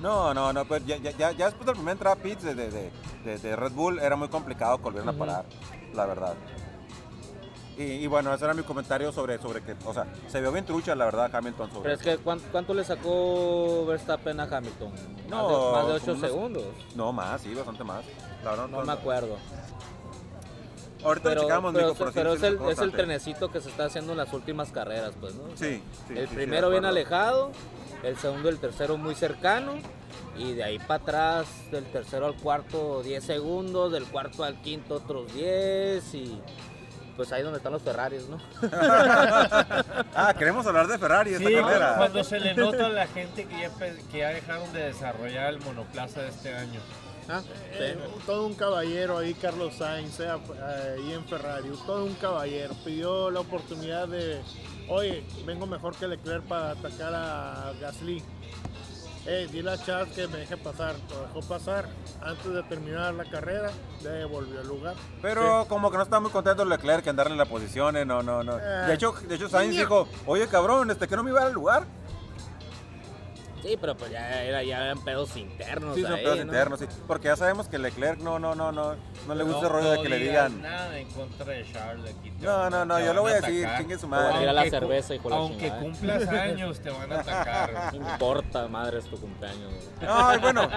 Speaker 2: No, no, no, pues ya, ya, ya, ya después del primer entrada pits de, de, de- de- de Red Bull era muy complicado que volvieran
Speaker 5: Ujú.
Speaker 2: a parar, la verdad. Y, y bueno, ese era mi comentario sobre, sobre que, o sea, se vio bien trucha, la verdad, Hamilton. Sobre
Speaker 5: Pero es que ¿cuánto, cuánto le sacó Verstappen a Hamilton? Más
Speaker 2: No,
Speaker 5: de- más de,
Speaker 2: como
Speaker 5: 8
Speaker 2: unos-
Speaker 5: segundos.
Speaker 2: No, más, sí, bastante más. La verdad,
Speaker 5: No me acuerdo.
Speaker 2: Ahorita
Speaker 5: Pero,
Speaker 2: lo checamos,
Speaker 5: pero-
Speaker 2: Nico, pero, sí,
Speaker 5: pero
Speaker 2: sí
Speaker 5: es,
Speaker 2: le
Speaker 5: el,
Speaker 2: tocó
Speaker 5: es el
Speaker 2: bastante.
Speaker 5: trenecito que se está haciendo en las últimas carreras, pues, ¿no?
Speaker 2: Sí, sí,
Speaker 5: el
Speaker 2: sí, sí,
Speaker 5: primero
Speaker 2: de
Speaker 5: bien
Speaker 2: acuerdo.
Speaker 5: alejado, el segundo y el tercero muy cercano, y de ahí para atrás, del tercero al cuarto 10 segundos, del cuarto al quinto otros 10, y pues ahí donde están los Ferraris, ¿no?
Speaker 2: Ah, queremos hablar de Ferrari esta
Speaker 1: Sí,
Speaker 2: carrera.
Speaker 1: cuando se le nota a la gente que ya, pe- que ya dejaron de desarrollar el monoplaza de este año.
Speaker 2: Ah,
Speaker 3: Eh, todo un caballero ahí, Carlos Sainz, eh, ahí en Ferrari, todo un caballero. Pidió la oportunidad de, oye, vengo mejor que Leclerc para atacar a Gasly. Eh, dile a Charles que me deje pasar. Lo dejó pasar. Antes de terminar la carrera, le devolvió el lugar.
Speaker 2: Pero como que no está muy contento Leclerc en darle la posición, eh, no, no, no.
Speaker 5: Ah.
Speaker 3: Eh.
Speaker 2: De hecho, de hecho Sainz dijo, oye cabrón, este que no me iba al lugar.
Speaker 5: Sí, pero pues ya, era, ya eran pedos internos.
Speaker 2: Sí, son
Speaker 5: ahí,
Speaker 2: pedos
Speaker 5: ¿no?
Speaker 2: internos, sí. Porque ya sabemos que Leclerc no, no, no, no, no le gusta el rollo de que le
Speaker 1: digas
Speaker 2: digan.
Speaker 1: nada en contra de Charles aquí. te
Speaker 2: No,
Speaker 1: van a-
Speaker 2: no, no,
Speaker 1: te
Speaker 2: yo
Speaker 1: van
Speaker 2: lo voy a
Speaker 1: atacar.
Speaker 2: decir, chingue su
Speaker 5: Te van a
Speaker 2: madre.
Speaker 5: tirar la
Speaker 1: Aunque cu-
Speaker 5: cerveza, hijo de la
Speaker 1: Aunque
Speaker 5: chingada, ¿eh?
Speaker 1: cumplas años, te van a atacar.
Speaker 5: No importa, madre, es tu cumpleaños. güey.
Speaker 2: Ay, bueno,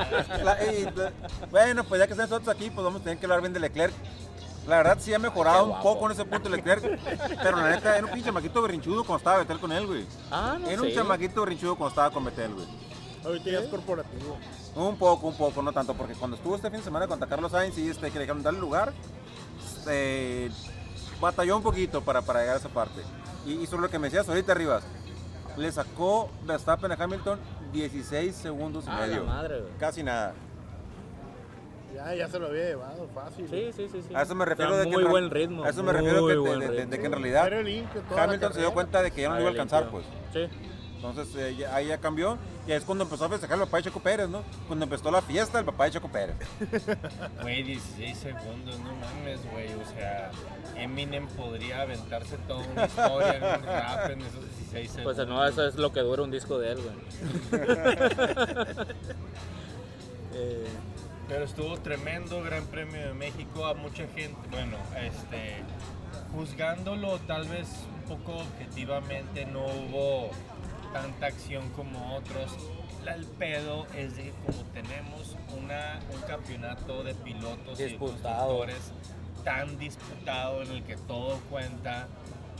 Speaker 2: la- y- la- bueno, pues ya que están nosotros aquí, pues vamos a tener que hablar bien de Leclerc. La verdad sí ha mejorado un
Speaker 5: guapo.
Speaker 2: poco en ese punto Leclerc, pero la neta era un pinche chamaquito berrinchudo cuando estaba Betel con él, güey.
Speaker 5: Ah, no
Speaker 2: Era
Speaker 5: sé.
Speaker 2: un chamaquito berrinchudo cuando estaba con Betel, güey.
Speaker 3: Ahorita ya es corporativo.
Speaker 2: Un poco, un poco, no tanto, porque cuando estuvo este fin de semana contra Carlos Sainz y este, que le dejaron darle lugar, se batalló un poquito para, para llegar a esa parte. Y, y sobre lo que me decías ahorita, Rivas, le sacó Verstappen a Hamilton 16 segundos y
Speaker 5: Ah, la
Speaker 2: medio.
Speaker 5: madre, güey.
Speaker 2: Casi nada.
Speaker 3: Ya, ya se lo había llevado, fácil.
Speaker 5: Sí, sí, sí, sí.
Speaker 2: A eso me
Speaker 5: O sea,
Speaker 2: refiero de que
Speaker 5: muy
Speaker 2: en ra-
Speaker 5: buen ritmo.
Speaker 2: A eso me
Speaker 5: muy
Speaker 2: refiero que, de,
Speaker 5: buen
Speaker 2: de- de-
Speaker 5: ritmo.
Speaker 2: de que en realidad
Speaker 3: Era el Inca toda la
Speaker 2: Hamilton se dio
Speaker 3: carrera.
Speaker 2: cuenta de que ya no lo iba a
Speaker 5: Ahí
Speaker 2: alcanzar,
Speaker 5: Ah, limpió.
Speaker 2: pues.
Speaker 5: Sí.
Speaker 2: Entonces eh, ya- ahí ya cambió y es cuando empezó a festejar el papá de Checo Pérez, ¿no? Cuando empezó la fiesta el papá de Checo Pérez.
Speaker 1: Güey, 16 segundos, no mames, güey. O sea, Eminem podría aventarse toda una historia en un rap en esos 16 segundos.
Speaker 5: Pues no, eso es lo que dura un disco de él, güey. Eh,
Speaker 1: Pero estuvo tremendo Gran Premio de México. A mucha gente, bueno, este, juzgándolo tal vez un poco objetivamente, no hubo tanta acción como otros. La- el pedo es de que como tenemos una, un campeonato de pilotos y de
Speaker 5: Disputado.
Speaker 1: constructores tan disputado en el que todo cuenta,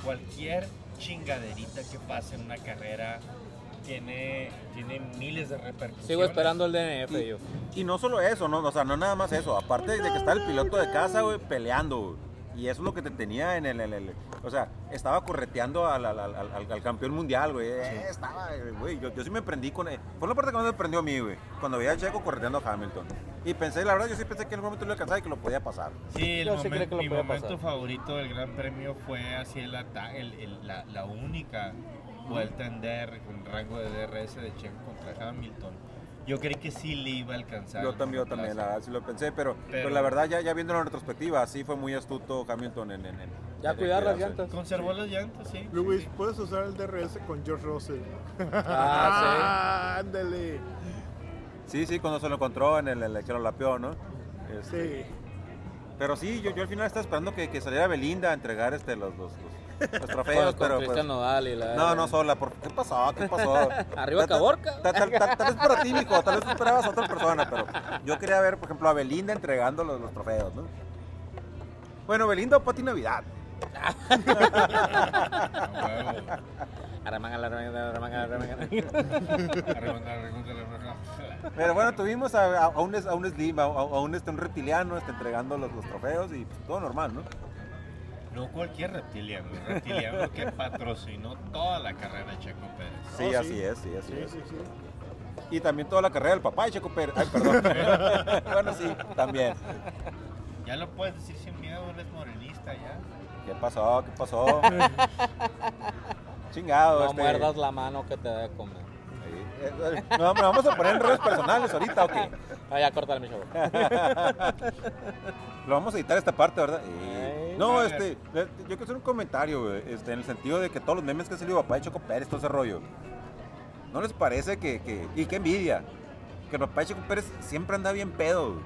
Speaker 1: cualquier chingaderita que pase en una carrera tiene, tiene miles de repercusiones.
Speaker 5: sigo esperando el DNF, yo.
Speaker 2: Y no solo eso, no, o sea, no nada más eso. Aparte de que está el piloto de casa, güey, peleando, güey. Y eso es lo que te tenía en el... el- el- o sea, estaba correteando al, al- al- al- al campeón mundial, güey. Eh, Estaba, eh, güey. Yo, yo sí me prendí con... eh, Fue la parte que más me prendió a mí, güey. Cuando veía a Checo correteando a Hamilton. Y pensé, la verdad, yo sí pensé que en algún momento lo iba a alcanzar y que lo podía pasar.
Speaker 1: Sí, el
Speaker 4: Yo sí
Speaker 1: momen-
Speaker 4: creo que lo
Speaker 1: mi
Speaker 4: puede
Speaker 1: momento
Speaker 4: pasar.
Speaker 1: favorito del Gran Premio fue así el ata- el- el- la, la única vuelta en DR con rango de DRS de Checo contra Hamilton. Yo creí que sí le iba a alcanzar.
Speaker 2: Yo
Speaker 1: el
Speaker 2: también, yo
Speaker 1: monoplaza.
Speaker 2: también, la verdad, sí lo pensé, pero, pero,
Speaker 1: Pero-
Speaker 2: la verdad, ya, ya viendo en retrospectiva, sí fue muy astuto Hamilton en... en, en-
Speaker 5: Ya
Speaker 2: en
Speaker 5: cuidar las
Speaker 2: cuidarse.
Speaker 5: llantas.
Speaker 1: Conservó las llantas, sí.
Speaker 3: Luis, puedes usar el DRS con George Russell.
Speaker 5: Ah,
Speaker 3: ándale.
Speaker 2: Sí, sí, cuando se lo encontró en el, el que lo lapeó, ¿no? Este,
Speaker 3: Sí.
Speaker 2: Pero sí, yo, yo al final estaba esperando que, que saliera Belinda a entregar este, los, los, los- los
Speaker 5: sí.
Speaker 2: trofeos,
Speaker 5: Bueno, con
Speaker 2: pero pues,
Speaker 5: Cristian Nodal y la...
Speaker 2: No, no sola, por, ¿qué pasó? ¿Qué pasó?
Speaker 5: Arriba
Speaker 2: Ta- ta-
Speaker 5: Caborca.
Speaker 2: ta- Tal, tal- tal vez para ti, mijo, tal vez tú esperabas a otra persona, pero yo quería ver, por ejemplo, a Belinda entregando los, los trofeos, ¿no? Bueno, Belinda o Pati Navidad.
Speaker 1: A huevo.
Speaker 5: Aramanga, aramanga, aramanga, aramanga.
Speaker 1: Arremangar, arremangar, arremangar.
Speaker 2: Pero bueno, tuvimos a, a- a un, es- a un Slim, a, a- a un, este, un reptiliano este, entregando los, los trofeos y pues, todo normal, ¿no?
Speaker 1: No cualquier reptiliano, el reptiliano que patrocinó toda la carrera de Checo Pérez.
Speaker 2: Oh, Sí,
Speaker 3: sí.
Speaker 2: así es, sí, así
Speaker 3: Sí,
Speaker 2: es.
Speaker 3: sí, sí.
Speaker 2: Y también toda la carrera del papá de Checo Pérez. Ay, perdón. bueno, sí, también.
Speaker 1: Ya lo puedes decir sin miedo, eres morenista ya.
Speaker 2: ¿Qué pasó? ¿Qué pasó? Chingado.
Speaker 5: No
Speaker 2: este.
Speaker 5: muerdas la mano que te debe comer.
Speaker 2: Sí. Eh, eh, No, hombre, vamos a poner en redes personales ahorita, ¿o qué?
Speaker 5: Ah, ya, cortale mi show.
Speaker 2: Lo vamos a editar esta parte, ¿verdad? Eh,
Speaker 5: Ay,
Speaker 2: No,
Speaker 1: a
Speaker 2: este, eh, yo quiero hacer un comentario, güey, este, en el sentido de que todos los memes que han salido papá de Checo Pérez, todo ese rollo. ¿No les parece que, que- y qué envidia? Que el papá de Checo Pérez siempre anda bien pedo, güey.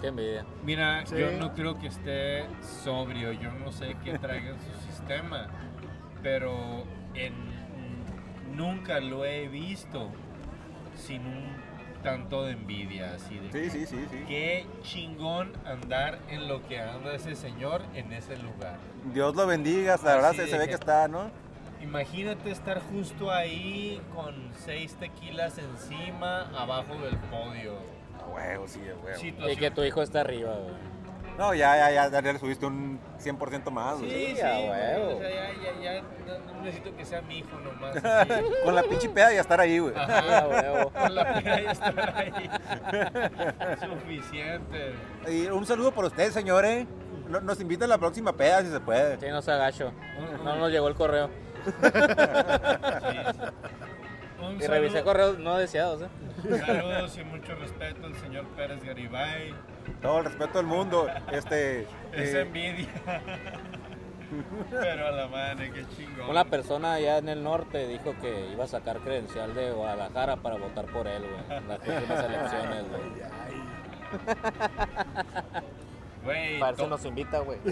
Speaker 5: Qué envidia.
Speaker 1: Mira,
Speaker 3: Sí.
Speaker 1: yo no creo que esté sobrio, yo no sé qué traiga en su sistema, pero en- nunca lo he visto sin un tanto de envidia, así de que,
Speaker 2: sí, sí.
Speaker 1: qué chingón andar en lo que anda ese señor en ese lugar.
Speaker 2: Dios lo bendiga, la verdad
Speaker 1: Así
Speaker 2: se, se
Speaker 1: de
Speaker 2: ve
Speaker 1: que-
Speaker 2: que está, ¿no?
Speaker 1: Imagínate estar justo ahí con seis tequilas encima, abajo del podio.
Speaker 2: A huevo, sí, a huevo.
Speaker 5: Y que tu hijo está arriba, güey.
Speaker 2: No, ya, ya, ya, ya le subiste un 100% más, güey.
Speaker 1: Sí, sí,
Speaker 5: a
Speaker 1: güey,
Speaker 5: huevo.
Speaker 1: o sea, ya, ya, ya, no- no necesito que sea mi hijo nomás. así.
Speaker 2: Con la pinche peda y a estar ahí, güey.
Speaker 5: A
Speaker 1: Ajá,
Speaker 5: huevo.
Speaker 1: con la pira ya estar ahí. Suficiente.
Speaker 2: Y un saludo por ustedes, señores. No- Nos invitan a la próxima peda si se puede.
Speaker 5: Sí, no se agacho. No nos llegó el correo.
Speaker 1: Sí. Un
Speaker 5: Y revisé
Speaker 1: saludo,
Speaker 5: correos no deseados, ¿eh?
Speaker 1: saludos y mucho respeto al señor Pérez Garibay.
Speaker 2: Todo el respeto del mundo. Este.
Speaker 1: Es
Speaker 2: eh,
Speaker 1: envidia. Pero a la madre, qué chingón.
Speaker 5: Una persona allá en el norte dijo que iba a sacar credencial de Guadalajara para votar por él, güey. en Las próximas elecciones, güey.
Speaker 1: Güey,
Speaker 5: Para eso
Speaker 1: to-
Speaker 5: nos invita, güey. Tú,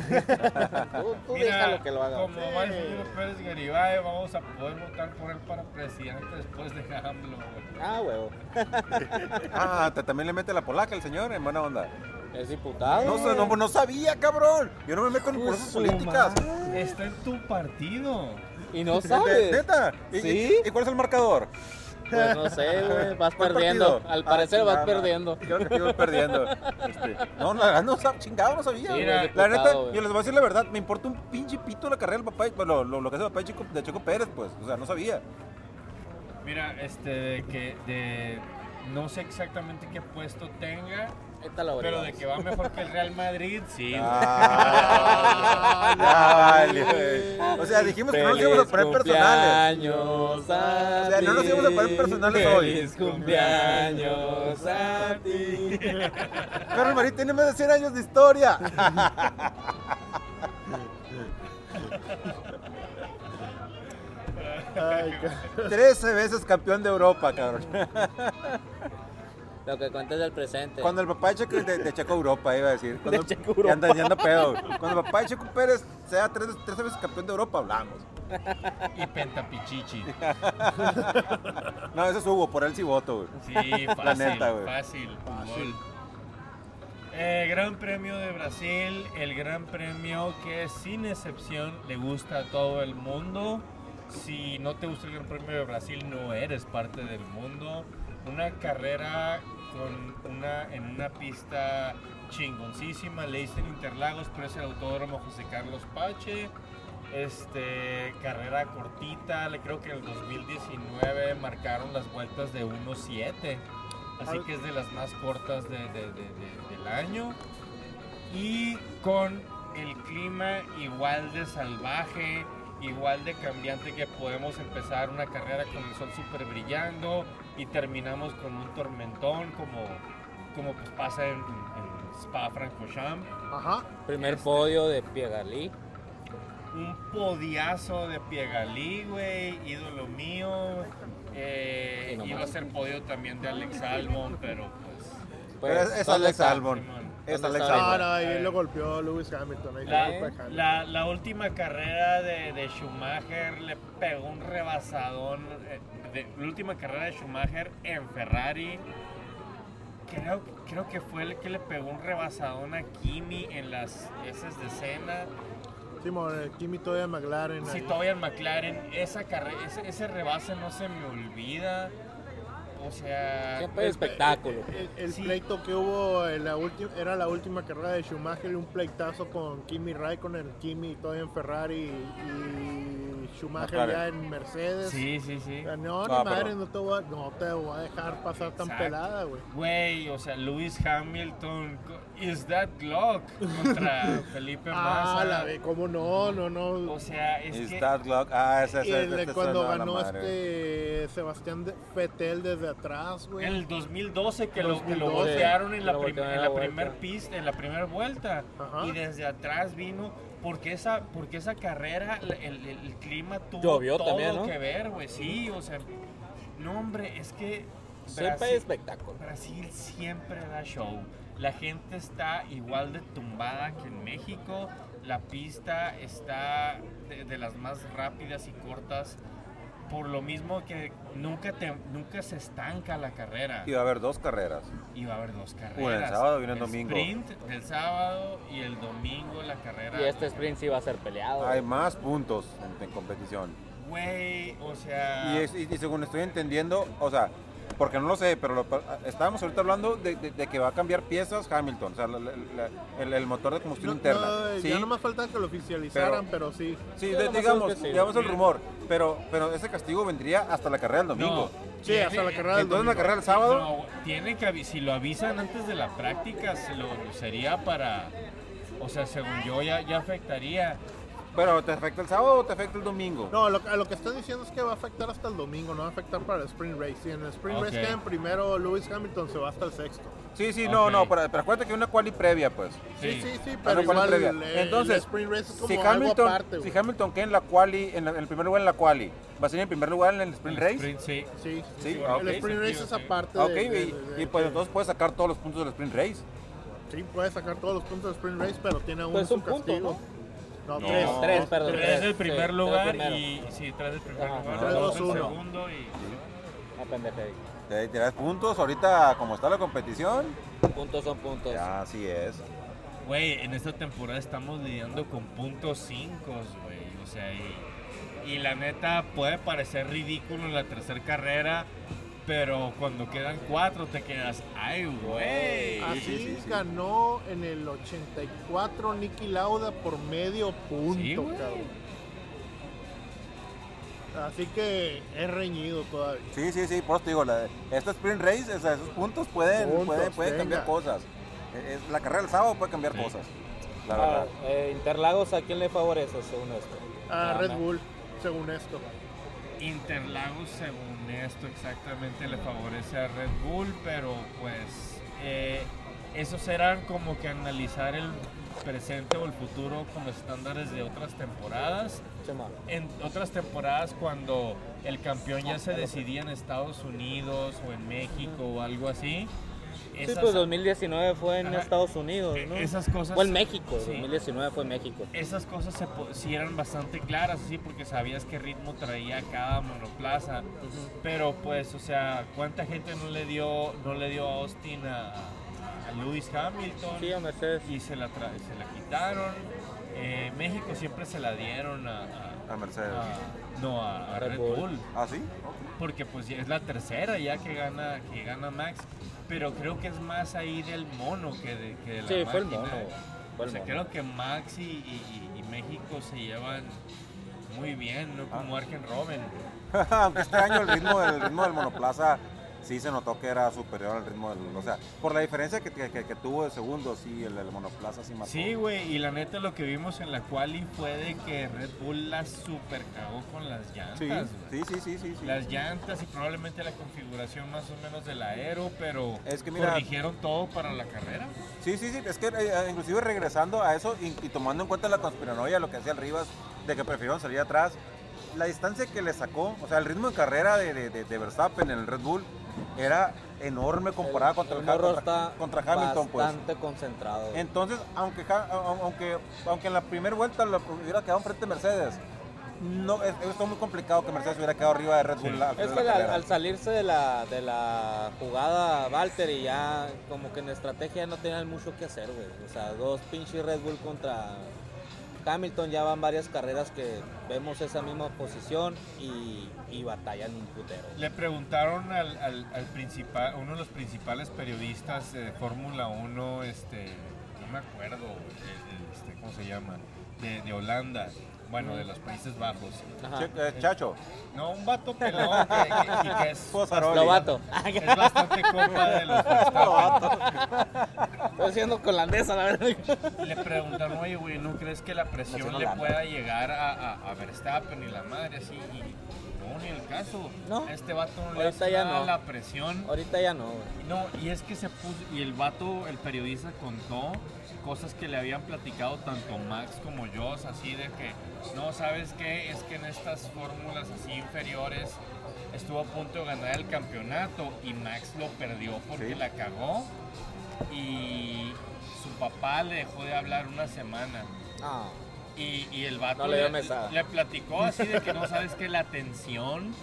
Speaker 5: tú
Speaker 1: Mira,
Speaker 5: déjalo que lo haga. güey.
Speaker 1: como va el señor Pérez Garibay, vamos a poder votar por él para presidente después de AMLO. güey.
Speaker 5: Ah, huevo.
Speaker 2: Ah, te- también le mete la polaca el señor, en buena onda.
Speaker 5: Es diputado.
Speaker 2: No, sé, no, no sabía, cabrón. Yo no me meto en cosas políticas.
Speaker 1: Está en tu partido.
Speaker 5: Y no
Speaker 2: Ne-
Speaker 5: sabe.
Speaker 2: Neta. ¿Y,
Speaker 5: ¿Sí?
Speaker 2: y- y cuál es el marcador?
Speaker 5: Pues no sé, güey. Vas
Speaker 2: ¿Cuál
Speaker 5: perdiendo.
Speaker 2: partido?
Speaker 5: Al
Speaker 2: Ah,
Speaker 5: parecer vas
Speaker 2: chingada.
Speaker 5: perdiendo.
Speaker 2: Creo que sigo perdiendo. Este, no, la verdad no sabía, chingado, no sabía.
Speaker 5: Sí,
Speaker 2: güey.
Speaker 5: güey,
Speaker 2: la
Speaker 5: diputado,
Speaker 2: neta,
Speaker 5: güey.
Speaker 2: yo les voy a decir la verdad, me importa un pinche pito la carrera del papá, lo, lo, lo que hace el papá de Chico, de Chico Pérez, pues. O sea, no sabía.
Speaker 1: Mira, este, de que de, no sé exactamente qué puesto tenga,
Speaker 5: Esta la
Speaker 1: pero
Speaker 5: averiguamos.
Speaker 1: de que va mejor que el Real Madrid, sí.
Speaker 2: Ah, vale, güey. O sea, dijimos Pues que no nos íbamos a poner personales.
Speaker 5: personales. O
Speaker 2: sea, no nos íbamos a poner personales hoy.
Speaker 5: Feliz cumpleaños a ti.
Speaker 2: Carlos Marín tiene más de 100 años de historia.
Speaker 3: Ay, ca-
Speaker 2: 13 veces campeón de Europa, cabrón.
Speaker 5: Lo que cuenta es del presente.
Speaker 2: Cuando el papá de Checo, de, de Checo Europa, iba a decir. Cuando,
Speaker 5: De Checo
Speaker 2: ya anda- ya anda pedo. Cuando el papá de Checo Pérez sea 13 veces campeón de Europa, hablamos.
Speaker 1: Y pentapichichi.
Speaker 2: No, ese es Hugo, por él sí voto, güey.
Speaker 1: Sí,
Speaker 2: La
Speaker 1: fácil,
Speaker 2: neta, güey.
Speaker 1: fácil. Fácil. gran Premio de Brasil, el gran premio que sin excepción le gusta a todo el mundo. Si no te gusta el Gran Premio de Brasil, no eres parte del mundo. Una carrera con una, en una pista chingoncísima, le dicen Interlagos, pero es el Autódromo José Carlos Pache. Este, carrera cortita, le creo que en el 2019 marcaron las vueltas de 1.7, así que es de las más cortas de- de- de- de- del año. Y con el clima igual de salvaje, igual de cambiante que podemos empezar una carrera con el sol súper brillando y terminamos con un tormentón como, como pues pasa en, en Spa Francorchamps.
Speaker 3: Ajá.
Speaker 5: Primer podio de Pues, Piegalí.
Speaker 1: un podiazo de Piegalí, güey, ídolo mío. Eh,
Speaker 5: Y no
Speaker 1: iba a
Speaker 5: más.
Speaker 1: ser podio también de Alex Albon, pero pues.
Speaker 2: Pero es, es
Speaker 5: ¿dónde
Speaker 2: Alex
Speaker 5: está?
Speaker 2: Albon.
Speaker 1: Simón.
Speaker 2: Es
Speaker 5: ¿Dónde
Speaker 2: Alex
Speaker 5: está?
Speaker 3: No,
Speaker 2: Albon.
Speaker 3: Ah, no, ahí lo golpeó Lewis Hamilton. Ahí
Speaker 1: La,
Speaker 3: fue culpa de Hamilton.
Speaker 1: la- la última carrera de, de Schumacher le pegó un rebasadón. eh, de- la última carrera de Schumacher en Ferrari. Creo, creo que fue el que le pegó un rebasadón a Kimi en las esas de Senna.
Speaker 3: Simón, el Kimi todavía McLaren.
Speaker 1: Si
Speaker 3: ahí.
Speaker 1: todavía en McLaren, esa carre- ese, ese rebase no se me olvida. O sea,
Speaker 5: Siempre hay espectáculo.
Speaker 3: El, el
Speaker 1: Sí.
Speaker 3: pleito que hubo en la última era la última carrera de Schumacher, un pleitazo con Kimi Raikkonen, Kimi todavía en Ferrari y Schumacher
Speaker 2: McLaren.
Speaker 3: ya en Mercedes.
Speaker 1: sí, sí, sí.
Speaker 3: Ah, No,
Speaker 2: Ah,
Speaker 3: ni madre,
Speaker 2: perdón.
Speaker 3: no te, voy a, no te voy a dejar pasar tan
Speaker 1: Exacto.
Speaker 3: pelada, güey.
Speaker 1: Güey, o sea, Lewis Hamilton, co- is that luck? Contra Felipe Massa.
Speaker 3: Ah, la ve, cómo no, no, no.
Speaker 1: O sea, es
Speaker 2: Is
Speaker 1: que
Speaker 2: that luck? Ah, ese es
Speaker 3: Y el de
Speaker 2: no,
Speaker 3: cuando
Speaker 2: no,
Speaker 3: ganó
Speaker 2: madre.
Speaker 3: este Sebastián de- Vettel desde atrás, güey.
Speaker 1: en el 2012 que lo, que lo
Speaker 3: 2012,
Speaker 1: voltearon en la,
Speaker 5: lo
Speaker 1: prim-
Speaker 5: voltearon
Speaker 1: en
Speaker 5: en
Speaker 1: la
Speaker 5: la
Speaker 1: primer
Speaker 5: vuelta.
Speaker 1: pista, en la primera vuelta.
Speaker 3: Ajá.
Speaker 1: Y desde atrás vino, porque esa, porque esa carrera, el, el- el clima tuvo
Speaker 5: Llovió
Speaker 1: todo
Speaker 5: también, ¿no?
Speaker 1: que ver, güey. Sí, o sea, no hombre, es que
Speaker 5: Siempre hay
Speaker 1: Brasil-
Speaker 5: espectáculo.
Speaker 1: Brasil siempre da show. La gente está igual de tumbada que en México. La pista está de, de las más rápidas y cortas. Por lo mismo que nunca, te, nunca se estanca la carrera.
Speaker 2: Iba a haber dos carreras.
Speaker 1: Y va a haber dos carreras.
Speaker 2: Una el sábado y una el domingo.
Speaker 1: sprint del sábado y el domingo la carrera.
Speaker 5: Y este sprint sí va a ser peleado.
Speaker 2: Hay más puntos en, en competición.
Speaker 1: Güey, o sea...
Speaker 2: Y, es- y- y según estoy entendiendo, o sea, porque no lo sé, pero lo- estábamos ahorita hablando de, de- de que va a cambiar piezas Hamilton, o sea, la- la- la- el, el motor de combustión
Speaker 3: No,
Speaker 2: interna.
Speaker 3: no,
Speaker 2: sí,
Speaker 3: Ya nomás falta que lo oficializaran, pero, sí.
Speaker 2: sí,
Speaker 5: Ya
Speaker 2: de-
Speaker 5: nomás
Speaker 2: digamos,
Speaker 5: es que sí.
Speaker 2: digamos el rumor, pero, pero ese castigo vendría hasta la carrera del domingo.
Speaker 3: Sí, hasta la carrera del
Speaker 2: Entonces la
Speaker 3: domingo.
Speaker 2: carrera del sábado,
Speaker 1: No, tiene que avi- si lo avisan antes de la práctica, se lo sería para, o sea, según yo ya, ya afectaría.
Speaker 2: pero ¿te afecta el sábado o te afecta el domingo?
Speaker 3: No, lo, a lo que están diciendo es que va a afectar hasta el domingo, no va a afectar para el sprint race. Si en el sprint
Speaker 1: Ok.
Speaker 3: race quedan primero, Lewis Hamilton se va hasta el sexto.
Speaker 2: Sí, sí, no,
Speaker 1: Ok.
Speaker 2: no, pero, pero acuérdate que hay una quali previa, pues.
Speaker 3: Sí, sí, sí,
Speaker 2: Ah,
Speaker 3: pero
Speaker 2: no, cual
Speaker 3: igual
Speaker 2: previa.
Speaker 3: el, el
Speaker 2: Entonces,
Speaker 3: sprint race es como
Speaker 2: si
Speaker 3: algo
Speaker 2: Hamilton,
Speaker 3: aparte, güey.
Speaker 2: si Hamilton queda en la quali, en, la- en el primer lugar en la quali, va a ser en primer lugar en el sprint
Speaker 1: El
Speaker 2: race.
Speaker 1: sprint, sí.
Speaker 3: sí,
Speaker 2: Sí,
Speaker 3: sí,
Speaker 2: ah, ok.
Speaker 3: el sprint race es
Speaker 1: Sí, ok.
Speaker 3: aparte.
Speaker 2: Ah, Ok,
Speaker 3: de- de-
Speaker 2: y,
Speaker 3: de- de-
Speaker 2: y pues entonces puedes sacar todos los puntos del sprint race.
Speaker 3: Sí, puede sacar todos los puntos del sprint race, pero tiene aún
Speaker 5: Pues
Speaker 3: su
Speaker 5: un punto,
Speaker 3: castigo. No,
Speaker 2: No,
Speaker 3: tres.
Speaker 5: tres, perdón.
Speaker 1: Tres del
Speaker 5: sí,
Speaker 1: primer
Speaker 5: tres
Speaker 1: lugar
Speaker 5: primero.
Speaker 1: y sí, tres del primer
Speaker 5: Ajá.
Speaker 1: lugar,
Speaker 2: Tres,
Speaker 1: dos
Speaker 3: dos,
Speaker 1: del
Speaker 3: uno.
Speaker 1: segundo y
Speaker 5: Ahí Una pendeja ahí.
Speaker 2: Te te das puntos ahorita como está la competición.
Speaker 5: Puntos son puntos.
Speaker 2: Así es.
Speaker 1: Güey, en esta temporada estamos lidiando con puntos 5, güey. O sea, y, y la neta puede parecer ridículo en la tercera carrera, pero cuando quedan 4 te quedas, ay, güey.
Speaker 2: Sí,
Speaker 3: Así
Speaker 2: sí, sí, sí.
Speaker 3: ganó en el 84 Nicky Lauda por medio punto,
Speaker 1: Sí, güey.
Speaker 3: cabrón. Así que es reñido todavía.
Speaker 2: Sí, sí, sí, por eso te digo, la, esta sprint race, o sea, esos puntos pueden,
Speaker 3: Puntos,
Speaker 2: pueden, pueden
Speaker 3: venga.
Speaker 2: cambiar cosas. E, Es- es- la carrera del sábado puede cambiar
Speaker 1: Sí.
Speaker 2: cosas, la verdad.
Speaker 5: Ah, eh, Interlagos, ¿a quién le favorece según esto?
Speaker 3: A
Speaker 5: Ah,
Speaker 3: Red
Speaker 5: no.
Speaker 3: Bull, según esto.
Speaker 1: Interlagos, según esto, exactamente le favorece a Red Bull, pero pues eh, esos eran como que analizar el presente o el futuro con los estándares de otras temporadas.
Speaker 5: Chema.
Speaker 1: En otras temporadas cuando el campeón ya
Speaker 5: Ah,
Speaker 1: se decidía en Estados Unidos o en México o algo así.
Speaker 5: Sí,
Speaker 1: esas-
Speaker 5: pues 2019 fue en
Speaker 1: Ajá.
Speaker 5: Estados Unidos,
Speaker 1: eh,
Speaker 5: ¿no?
Speaker 1: Esas cosas.
Speaker 5: Fue en México,
Speaker 1: Sí.
Speaker 5: 2019 fue en México.
Speaker 1: Esas cosas se, po- sí eran bastante claras, sí, porque sabías qué ritmo traía cada monoplaza. Pero pues, o sea, ¿cuánta gente no le dio, no le dio a Austin a, a Lewis Hamilton?
Speaker 5: Sí, a Mercedes.
Speaker 1: y se la, tra- se la quitaron. Eh, México siempre se la dieron a. a-
Speaker 2: A Mercedes.
Speaker 1: a- no, a, a
Speaker 5: A Red
Speaker 1: Red
Speaker 5: Bull.
Speaker 1: Bull
Speaker 2: ¿Ah, sí? Ok.
Speaker 1: porque pues ya es la tercera ya que gana que gana Max pero creo que es más ahí del mono que de, que de la
Speaker 5: Sí, fue el
Speaker 1: máquina.
Speaker 5: mono.
Speaker 2: eh.
Speaker 5: güey. Fue
Speaker 1: o
Speaker 5: el
Speaker 1: sea Pues
Speaker 5: mono.
Speaker 1: creo que Max y, y- y- y México se llevan muy bien no
Speaker 2: Ah.
Speaker 1: como Arken Robben
Speaker 2: Aunque este año el ritmo, el ritmo del monoplaza sí se notó que era superior al ritmo del... O sea, por la diferencia que, que- que- que tuvo de segundo, sí, el, el monoplaza sí mató.
Speaker 1: sí güey y la neta lo que vimos en la quali fue de que Red Bull la super cagó con las llantas
Speaker 2: Sí,
Speaker 1: güey.
Speaker 2: sí, sí, sí, sí, sí.
Speaker 1: las llantas y probablemente la configuración más o menos del aero pero
Speaker 2: Es que mira-
Speaker 1: corrigieron todo para la carrera
Speaker 2: Sí, sí, sí, es que eh, eh, inclusive regresando a eso y, y tomando en cuenta la conspiranoia, lo que hacía el Rivas, de que prefirieron salir atrás, la distancia que le sacó, o sea, el ritmo de carrera de, de- de- de Verstappen en el Red Bull era enorme comparada
Speaker 5: El-
Speaker 2: contra,
Speaker 5: el
Speaker 2: el Ha-
Speaker 5: morro
Speaker 2: contra,
Speaker 5: está
Speaker 2: contra Hamilton, pues.
Speaker 5: bastante concentrado. güey.
Speaker 2: Entonces, aunque, Ja- au- aunque, aunque en la primera vuelta lo hubiera quedado frente a Mercedes, no, es, es muy complicado que Mercedes hubiera quedado arriba de Red Bull.
Speaker 1: Sí.
Speaker 2: la- al final
Speaker 5: Es
Speaker 2: de
Speaker 5: que
Speaker 2: la
Speaker 5: al,
Speaker 2: carrera.
Speaker 5: al salirse de la, de la jugada Valtteri ya como que en estrategia no tenían mucho que hacer, güey. O sea, dos pinches Red Bull contra Hamilton ya van varias carreras que vemos esa misma posición y, y batallan un putero.
Speaker 1: Le preguntaron al, al, al principal, uno de los principales periodistas de Fórmula 1, este, no me acuerdo el- el- este, cómo se llama, de, de Holanda, bueno, de los Países Bajos.
Speaker 5: Ajá.
Speaker 2: Che- eh, Chacho,
Speaker 1: No, un vato pelón que, que- y que es,
Speaker 5: Pues,
Speaker 2: Pozzaroli.
Speaker 5: Lobato.
Speaker 1: es bastante compa de los Verstappen.
Speaker 5: Estoy siendo holandesa, la verdad.
Speaker 1: Le preguntaron, oye, güey, ¿no crees que la presión
Speaker 5: Nació en
Speaker 1: le
Speaker 5: Holanda.
Speaker 1: pueda llegar a, a, a Verstappen y la madre así? Y, no, ni el caso.
Speaker 5: No.
Speaker 1: A este vato no le
Speaker 5: Ahorita
Speaker 1: hace
Speaker 5: ya
Speaker 1: nada
Speaker 5: no.
Speaker 1: la presión.
Speaker 5: Ahorita ya no, güey.
Speaker 1: No, y es que se puso, y el vato, el periodista contó cosas que le habían platicado tanto Max como yo, así de que, no, ¿sabes qué? Es que en estas fórmulas así inferiores estuvo a punto de ganar el campeonato y Max lo perdió porque
Speaker 2: Sí.
Speaker 1: la cagó y su papá le dejó de hablar una semana.
Speaker 5: No.
Speaker 1: Y, y el vato
Speaker 5: No le dio mesada.
Speaker 1: le platicó así de que no sabes que la tensión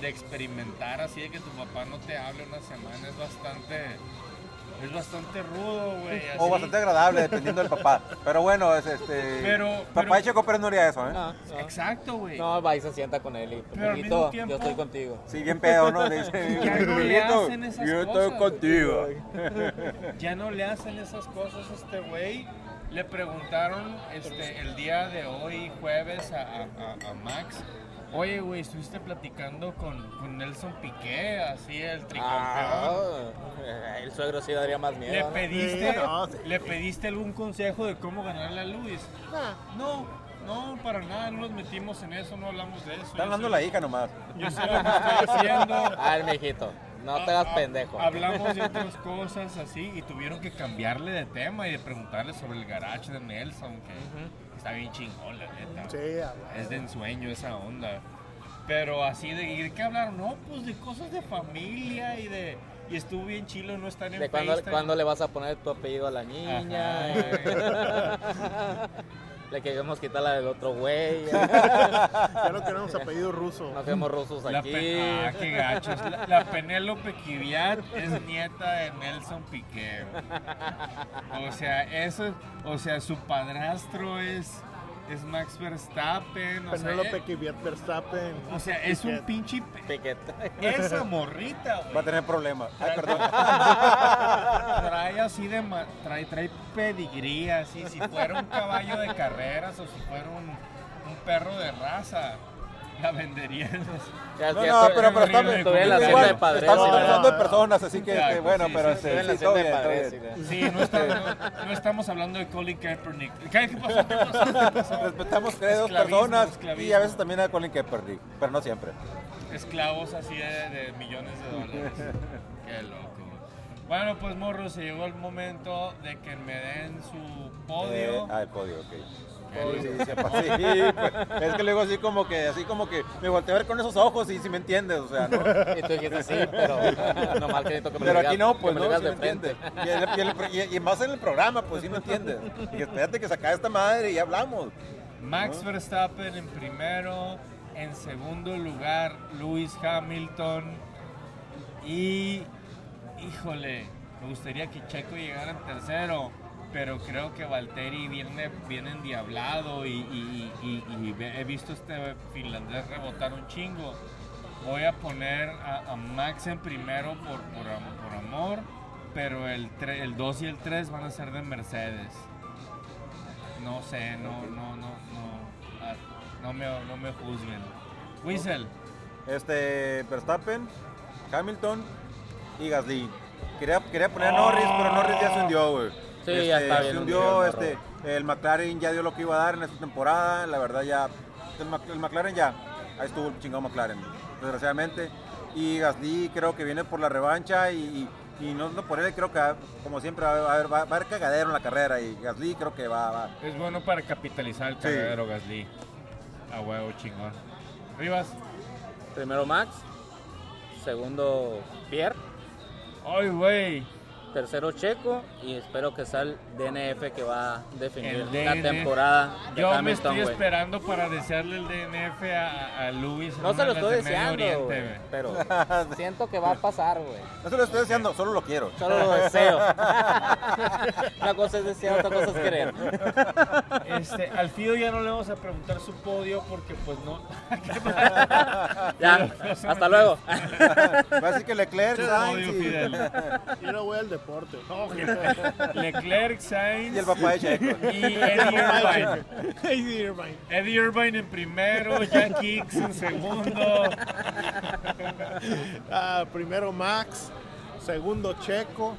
Speaker 1: de experimentar así de que tu papá no te hable una semana es bastante es bastante rudo, güey.
Speaker 2: o
Speaker 1: así.
Speaker 2: bastante agradable, dependiendo del papá. Pero bueno, es este.
Speaker 1: Pero-
Speaker 2: Papá
Speaker 1: pero-
Speaker 2: de Checo Pérez no haría eso, ¿eh?
Speaker 5: No, no.
Speaker 1: Exacto, güey.
Speaker 5: Ah, No, va y se sienta con él y
Speaker 1: Pero al mismo
Speaker 5: "Amiguito,
Speaker 1: tiempo-
Speaker 5: yo estoy contigo.
Speaker 2: Sí, bien pedo, ¿no? Le dice,
Speaker 1: Ya no le
Speaker 2: "Amiguito,
Speaker 1: hacen esas
Speaker 2: yo
Speaker 1: cosas".
Speaker 2: estoy contigo.
Speaker 1: Ya no le hacen esas cosas a este güey. Le preguntaron este, el día de hoy, jueves, a, a- a- a Max. Oye, güey, estuviste platicando con, con Nelson Piqué, así el tricampeón.
Speaker 5: Ah, el suegro sí daría más miedo.
Speaker 1: ¿Le
Speaker 5: ¿no?
Speaker 1: pediste,
Speaker 3: Sí, no, sí.
Speaker 1: ¿Le pediste algún consejo de cómo ganarle a Luis? No, no, para nada, no nos metimos en eso, no hablamos de eso.
Speaker 2: Está hablando la hija nomás.
Speaker 1: Yo sé lo que estoy haciendo.
Speaker 5: A ver, mijito, no te hagas
Speaker 1: Ha- ha-
Speaker 5: pendejo.
Speaker 1: Hablamos de otras cosas así y tuvieron que cambiarle de tema y de preguntarle sobre el garage de Nelson, que está bien chingón, la neta.
Speaker 3: Ah, Sí, a huevo.
Speaker 1: Es de ensueño esa onda. Pero así de, ¿y de qué hablaron? No, pues de cosas de familia y de... Y estuvo bien chilo no estar en
Speaker 5: ¿De cuándo,
Speaker 1: FaceTime.
Speaker 5: cuándo le vas a poner tu apellido a la niña?
Speaker 1: Ajá, güey.
Speaker 5: Le queremos quitar la del otro güey.
Speaker 3: Ya no queremos apellido ruso.
Speaker 5: Nos vemos rusos
Speaker 1: La
Speaker 5: Pues aquí.
Speaker 1: Pe- ah, qué gachos. La, la Penélope Quiviar es nieta de Nelson Piqué. güey. O sea, eso, o sea, su padrastro es, es Max Verstappen. O sea,
Speaker 3: Penélope
Speaker 1: eh,
Speaker 3: Kiviat Verstappen.
Speaker 1: o sea, es un
Speaker 3: Piquet.
Speaker 1: pinche. pe-
Speaker 5: Piquet.
Speaker 1: Esa morrita, güey.
Speaker 2: Va a tener problemas.
Speaker 1: Ah,
Speaker 2: Ay, perdón.
Speaker 1: Trae así de ma- trae, trae pedigrí, así si fuera un caballo de carreras o si fuera un, un perro de raza, la venderían.
Speaker 5: Ya,
Speaker 2: No,
Speaker 5: ya
Speaker 2: no,
Speaker 5: tu-
Speaker 2: pero, pero está
Speaker 1: horrible,
Speaker 5: tu- tuve
Speaker 1: horrible.
Speaker 5: la hacienda de
Speaker 1: Igual,
Speaker 5: padres.
Speaker 2: estamos
Speaker 3: sí,
Speaker 5: ¿verdad?
Speaker 2: hablando de
Speaker 3: no,
Speaker 2: personas, así que,
Speaker 1: Exacto,
Speaker 2: este, bueno,
Speaker 1: pues sí,
Speaker 2: pero
Speaker 1: sí,
Speaker 2: este,
Speaker 5: Estuve en la
Speaker 2: sí,
Speaker 5: hacienda
Speaker 2: todo
Speaker 5: de
Speaker 2: bien, todo
Speaker 5: padres,
Speaker 2: bien.
Speaker 5: sí,
Speaker 1: Sí, no, está- no- no estamos hablando de Colin Kaepernick. ¿Qué, qué pasó? ¿Qué pasó? ¿Qué pasó?
Speaker 2: Respetamos credos,
Speaker 1: Esclavismo,
Speaker 2: personas y
Speaker 1: esclavismo.
Speaker 2: a veces también a Colin Kaepernick, pero no siempre.
Speaker 1: Esclavos así de, de millones de dólares. Qué loco. Bueno, pues morro, se llegó el momento de que me den su
Speaker 2: Eh,
Speaker 1: podio.
Speaker 2: ah, el podio, ok.
Speaker 1: Qué lindo.
Speaker 2: Sí, sí, pues, es que luego así como que, así como que me volteé a ver con esos ojos y si me entiendes, o sea, ¿no?
Speaker 5: Y tú dijiste sí, pero no mal que necesito que me lo
Speaker 2: Pero
Speaker 5: digas-
Speaker 2: aquí no,
Speaker 5: que
Speaker 2: pues
Speaker 5: me
Speaker 2: no,
Speaker 5: lo digas
Speaker 2: sí me
Speaker 5: de frente.
Speaker 2: entiendes. Y, el- y el- y- y más en el programa, pues sí me entiendes. Y que espérate que saca esta madre y hablamos.
Speaker 1: Max Verstappen en primero, en segundo lugar Lewis Hamilton y híjole, me gustaría que Checo llegara en tercero, pero creo que Valtteri viene, viene endiablado y, y- y- y- y ve- he visto este finlandés rebotar un chingo. Voy a poner a, a Max en primero por, por, am- por amor, pero el 2 y el 3 van a ser de Mercedes. No sé, no, no, no, no. Ah, No me, no me juzguen. Whistle.
Speaker 2: Este, Verstappen, Hamilton y Gasly. Quería, quería poner a Norris, pero Norris ya se hundió, güey.
Speaker 5: Oh. Sí, ya
Speaker 2: Este,
Speaker 5: está bien
Speaker 2: Se
Speaker 5: hundido
Speaker 2: hundió,
Speaker 5: el
Speaker 2: este, el McLaren ya dio lo que iba a dar en esta temporada, la verdad ya, el, Mac- el McLaren ya, ahí estuvo el chingado McLaren, desgraciadamente. Y Gasly creo que viene por la revancha y, y- y no solo por él, creo que como siempre va a haber, va a haber cagadero en la carrera y Gasly creo que va, va.
Speaker 1: Es bueno para capitalizar el
Speaker 2: Sí.
Speaker 1: cagadero Gasly. A huevo, chingón. Rivas.
Speaker 5: Primero Max, segundo Pierre,
Speaker 1: Ay, güey.
Speaker 5: tercero Checo y espero que sea el DNF que va a definir
Speaker 1: El
Speaker 5: la
Speaker 1: DNF.
Speaker 5: temporada de
Speaker 1: Yo me
Speaker 5: Hamilton,
Speaker 1: estoy
Speaker 5: güey.
Speaker 1: esperando para desearle el DNF a, a Luis. en
Speaker 5: No se lo
Speaker 1: una de
Speaker 5: estoy
Speaker 1: las de Medio Oriente,
Speaker 5: deseando, güey,
Speaker 1: güey.
Speaker 5: pero siento que va a pasar, güey.
Speaker 2: No se lo estoy deseando, solo lo quiero.
Speaker 5: Solo lo deseo. Una cosa es desear, otra cosa es querer.
Speaker 1: Este, al Fido ya no le vamos a preguntar su podio porque pues no.
Speaker 5: Ya, hasta luego.
Speaker 2: Va a decir que Leclerc,
Speaker 1: Te
Speaker 2: Sainz
Speaker 1: odio,
Speaker 2: y-
Speaker 1: Fidel.
Speaker 3: Yo no voy al deporte. No, que-
Speaker 1: Leclerc, Sainz
Speaker 2: y el papá de Checo.
Speaker 1: y Eddie Irvine.
Speaker 3: Eddie Irvine.
Speaker 1: Eddie Irvine en primero, Jack Hicks en segundo.
Speaker 3: Ah, primero Max, segundo Checo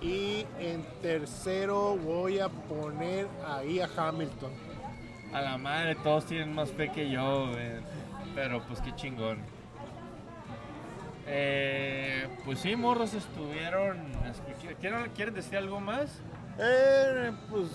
Speaker 3: y en tercero voy a poner ahí a Hamilton.
Speaker 1: A la madre, todos tienen más fe que yo, güey. pero pues qué chingón. Eh, pues sí, morros estuvieron. este, ¿Quieren, quieren decir algo más?
Speaker 3: Eh, pues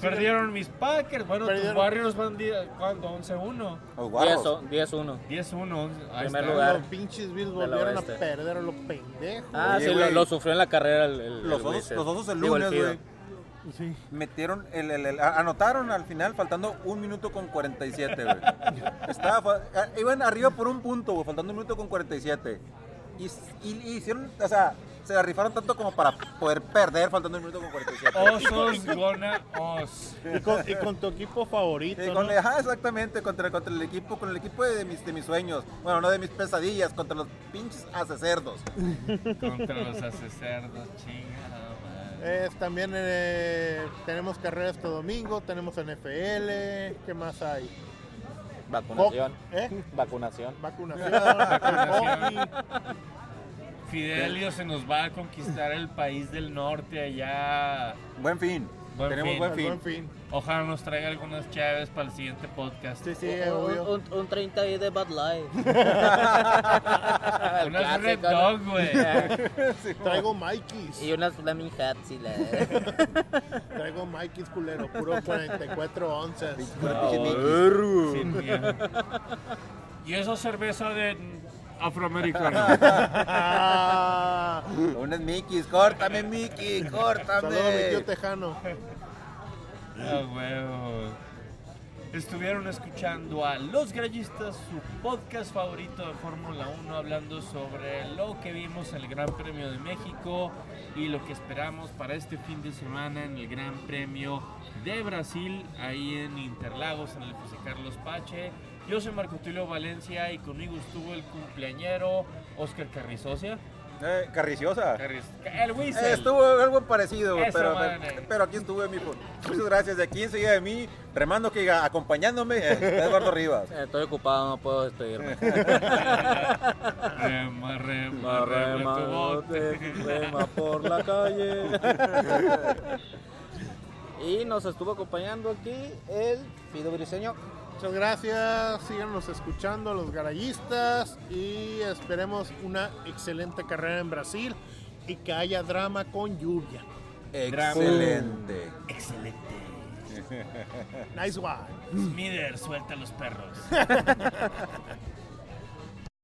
Speaker 1: Perdieron mis Packers. Bueno, tus
Speaker 3: Perdieron.
Speaker 1: Warriors van di- ¿cuánto? 11-1.
Speaker 2: Los guarros.
Speaker 5: 10-1.
Speaker 1: 10-1 11. Ahí
Speaker 5: Primer
Speaker 1: está.
Speaker 5: lugar.
Speaker 3: los pinches Bills
Speaker 5: Del
Speaker 3: volvieron a
Speaker 5: oeste.
Speaker 3: perder a los pendejos.
Speaker 5: Ah,
Speaker 2: Oye,
Speaker 5: sí, lo,
Speaker 2: güey.
Speaker 5: lo sufrió en la carrera el, el-
Speaker 2: Los
Speaker 5: el güey
Speaker 2: osos,
Speaker 5: ese.
Speaker 2: los osos el
Speaker 5: Digo, el
Speaker 2: lunes,
Speaker 5: Fido.
Speaker 2: güey. Metieron, el, el- el- a- anotaron al final faltando un minuto con 47, güey. Estaba, fa- a- iban arriba por un punto, güey, faltando un minuto con 47. Y, s- y- y hicieron, o sea, se la rifaron tanto como para poder perder faltando un minuto con 47.
Speaker 1: Oh, Osos gonna os.
Speaker 3: Y, con, y con tu equipo favorito.
Speaker 2: Y con
Speaker 3: ¿no?
Speaker 2: el- ajá, exactamente, contra, contra el equipo, con el equipo de, mis, de mis sueños. Bueno, no de mis pesadillas, contra los pinches acecerdos.
Speaker 1: Contra los acecerdos, chingada madre.
Speaker 3: Eh, también eh, tenemos carrera este domingo, tenemos NFL, ¿qué más hay?
Speaker 5: Vacunación.
Speaker 3: Hoc- ¿eh?
Speaker 5: Vacunación.
Speaker 3: Vacunación,
Speaker 1: Vacunación.
Speaker 3: hockey.
Speaker 1: Eh, Fidelio se nos va a conquistar el país del norte allá.
Speaker 2: Buen fin.
Speaker 1: Buen
Speaker 2: Tenemos
Speaker 1: fin.
Speaker 2: buen
Speaker 3: Al
Speaker 2: fin.
Speaker 3: buen fin.
Speaker 1: Ojalá nos traiga algunas chaves para el siguiente podcast.
Speaker 3: Sí, sí,
Speaker 5: un,
Speaker 3: obvio.
Speaker 5: un- un 30 ahí de Bad Light.
Speaker 1: Unas Red
Speaker 5: Clásico, ¿no?
Speaker 1: Dog, güey.
Speaker 3: Traigo Mikey's.
Speaker 5: Y unas Flaming Hats y la...
Speaker 3: Traigo Mikey's culero, puro 44 onzas.
Speaker 2: Puro pinche Mickey.
Speaker 1: Sin miedo. Y eso es cerveza de afroamericano.
Speaker 3: Ah,
Speaker 2: Unas Mickeys, córtame Mickey,
Speaker 3: saludos a mi tío
Speaker 2: córtame.
Speaker 3: Tejano.
Speaker 1: Ah, huevo. Estuvieron escuchando a Los Gallistas, su podcast favorito de Fórmula 1, hablando sobre lo que vimos en el Gran Premio de México y lo que esperamos para este fin de semana en el Gran Premio de Brasil, ahí en Interlagos, en el José Carlos Pache. Yo soy Marco Tulio Valencia y conmigo estuvo el cumpleañero Oscar Carrizosa.
Speaker 2: Eh, carriciosa.
Speaker 1: Carriz- el Whistle.
Speaker 2: Eh, estuvo algo parecido,
Speaker 1: Eso,
Speaker 2: pero,
Speaker 1: madre.
Speaker 2: pero aquí estuve, mijo. Muchas gracias. De aquí enseguida de mí, remando que diga, acompañándome, eh, está Eduardo Rivas.
Speaker 5: Eh, Estoy ocupado, no puedo despedirme.
Speaker 1: Rema, rema, rema tu
Speaker 5: Rema,
Speaker 1: bote.
Speaker 5: rema por la calle. y nos estuvo acompañando aquí el Fido Briseño.
Speaker 3: Muchas gracias, síganos escuchando los garayistas y esperemos una excelente carrera en Brasil y que haya drama con lluvia.
Speaker 2: Excelente.
Speaker 1: Excelente.
Speaker 3: Nice one.
Speaker 1: Smither, suelta a los perros.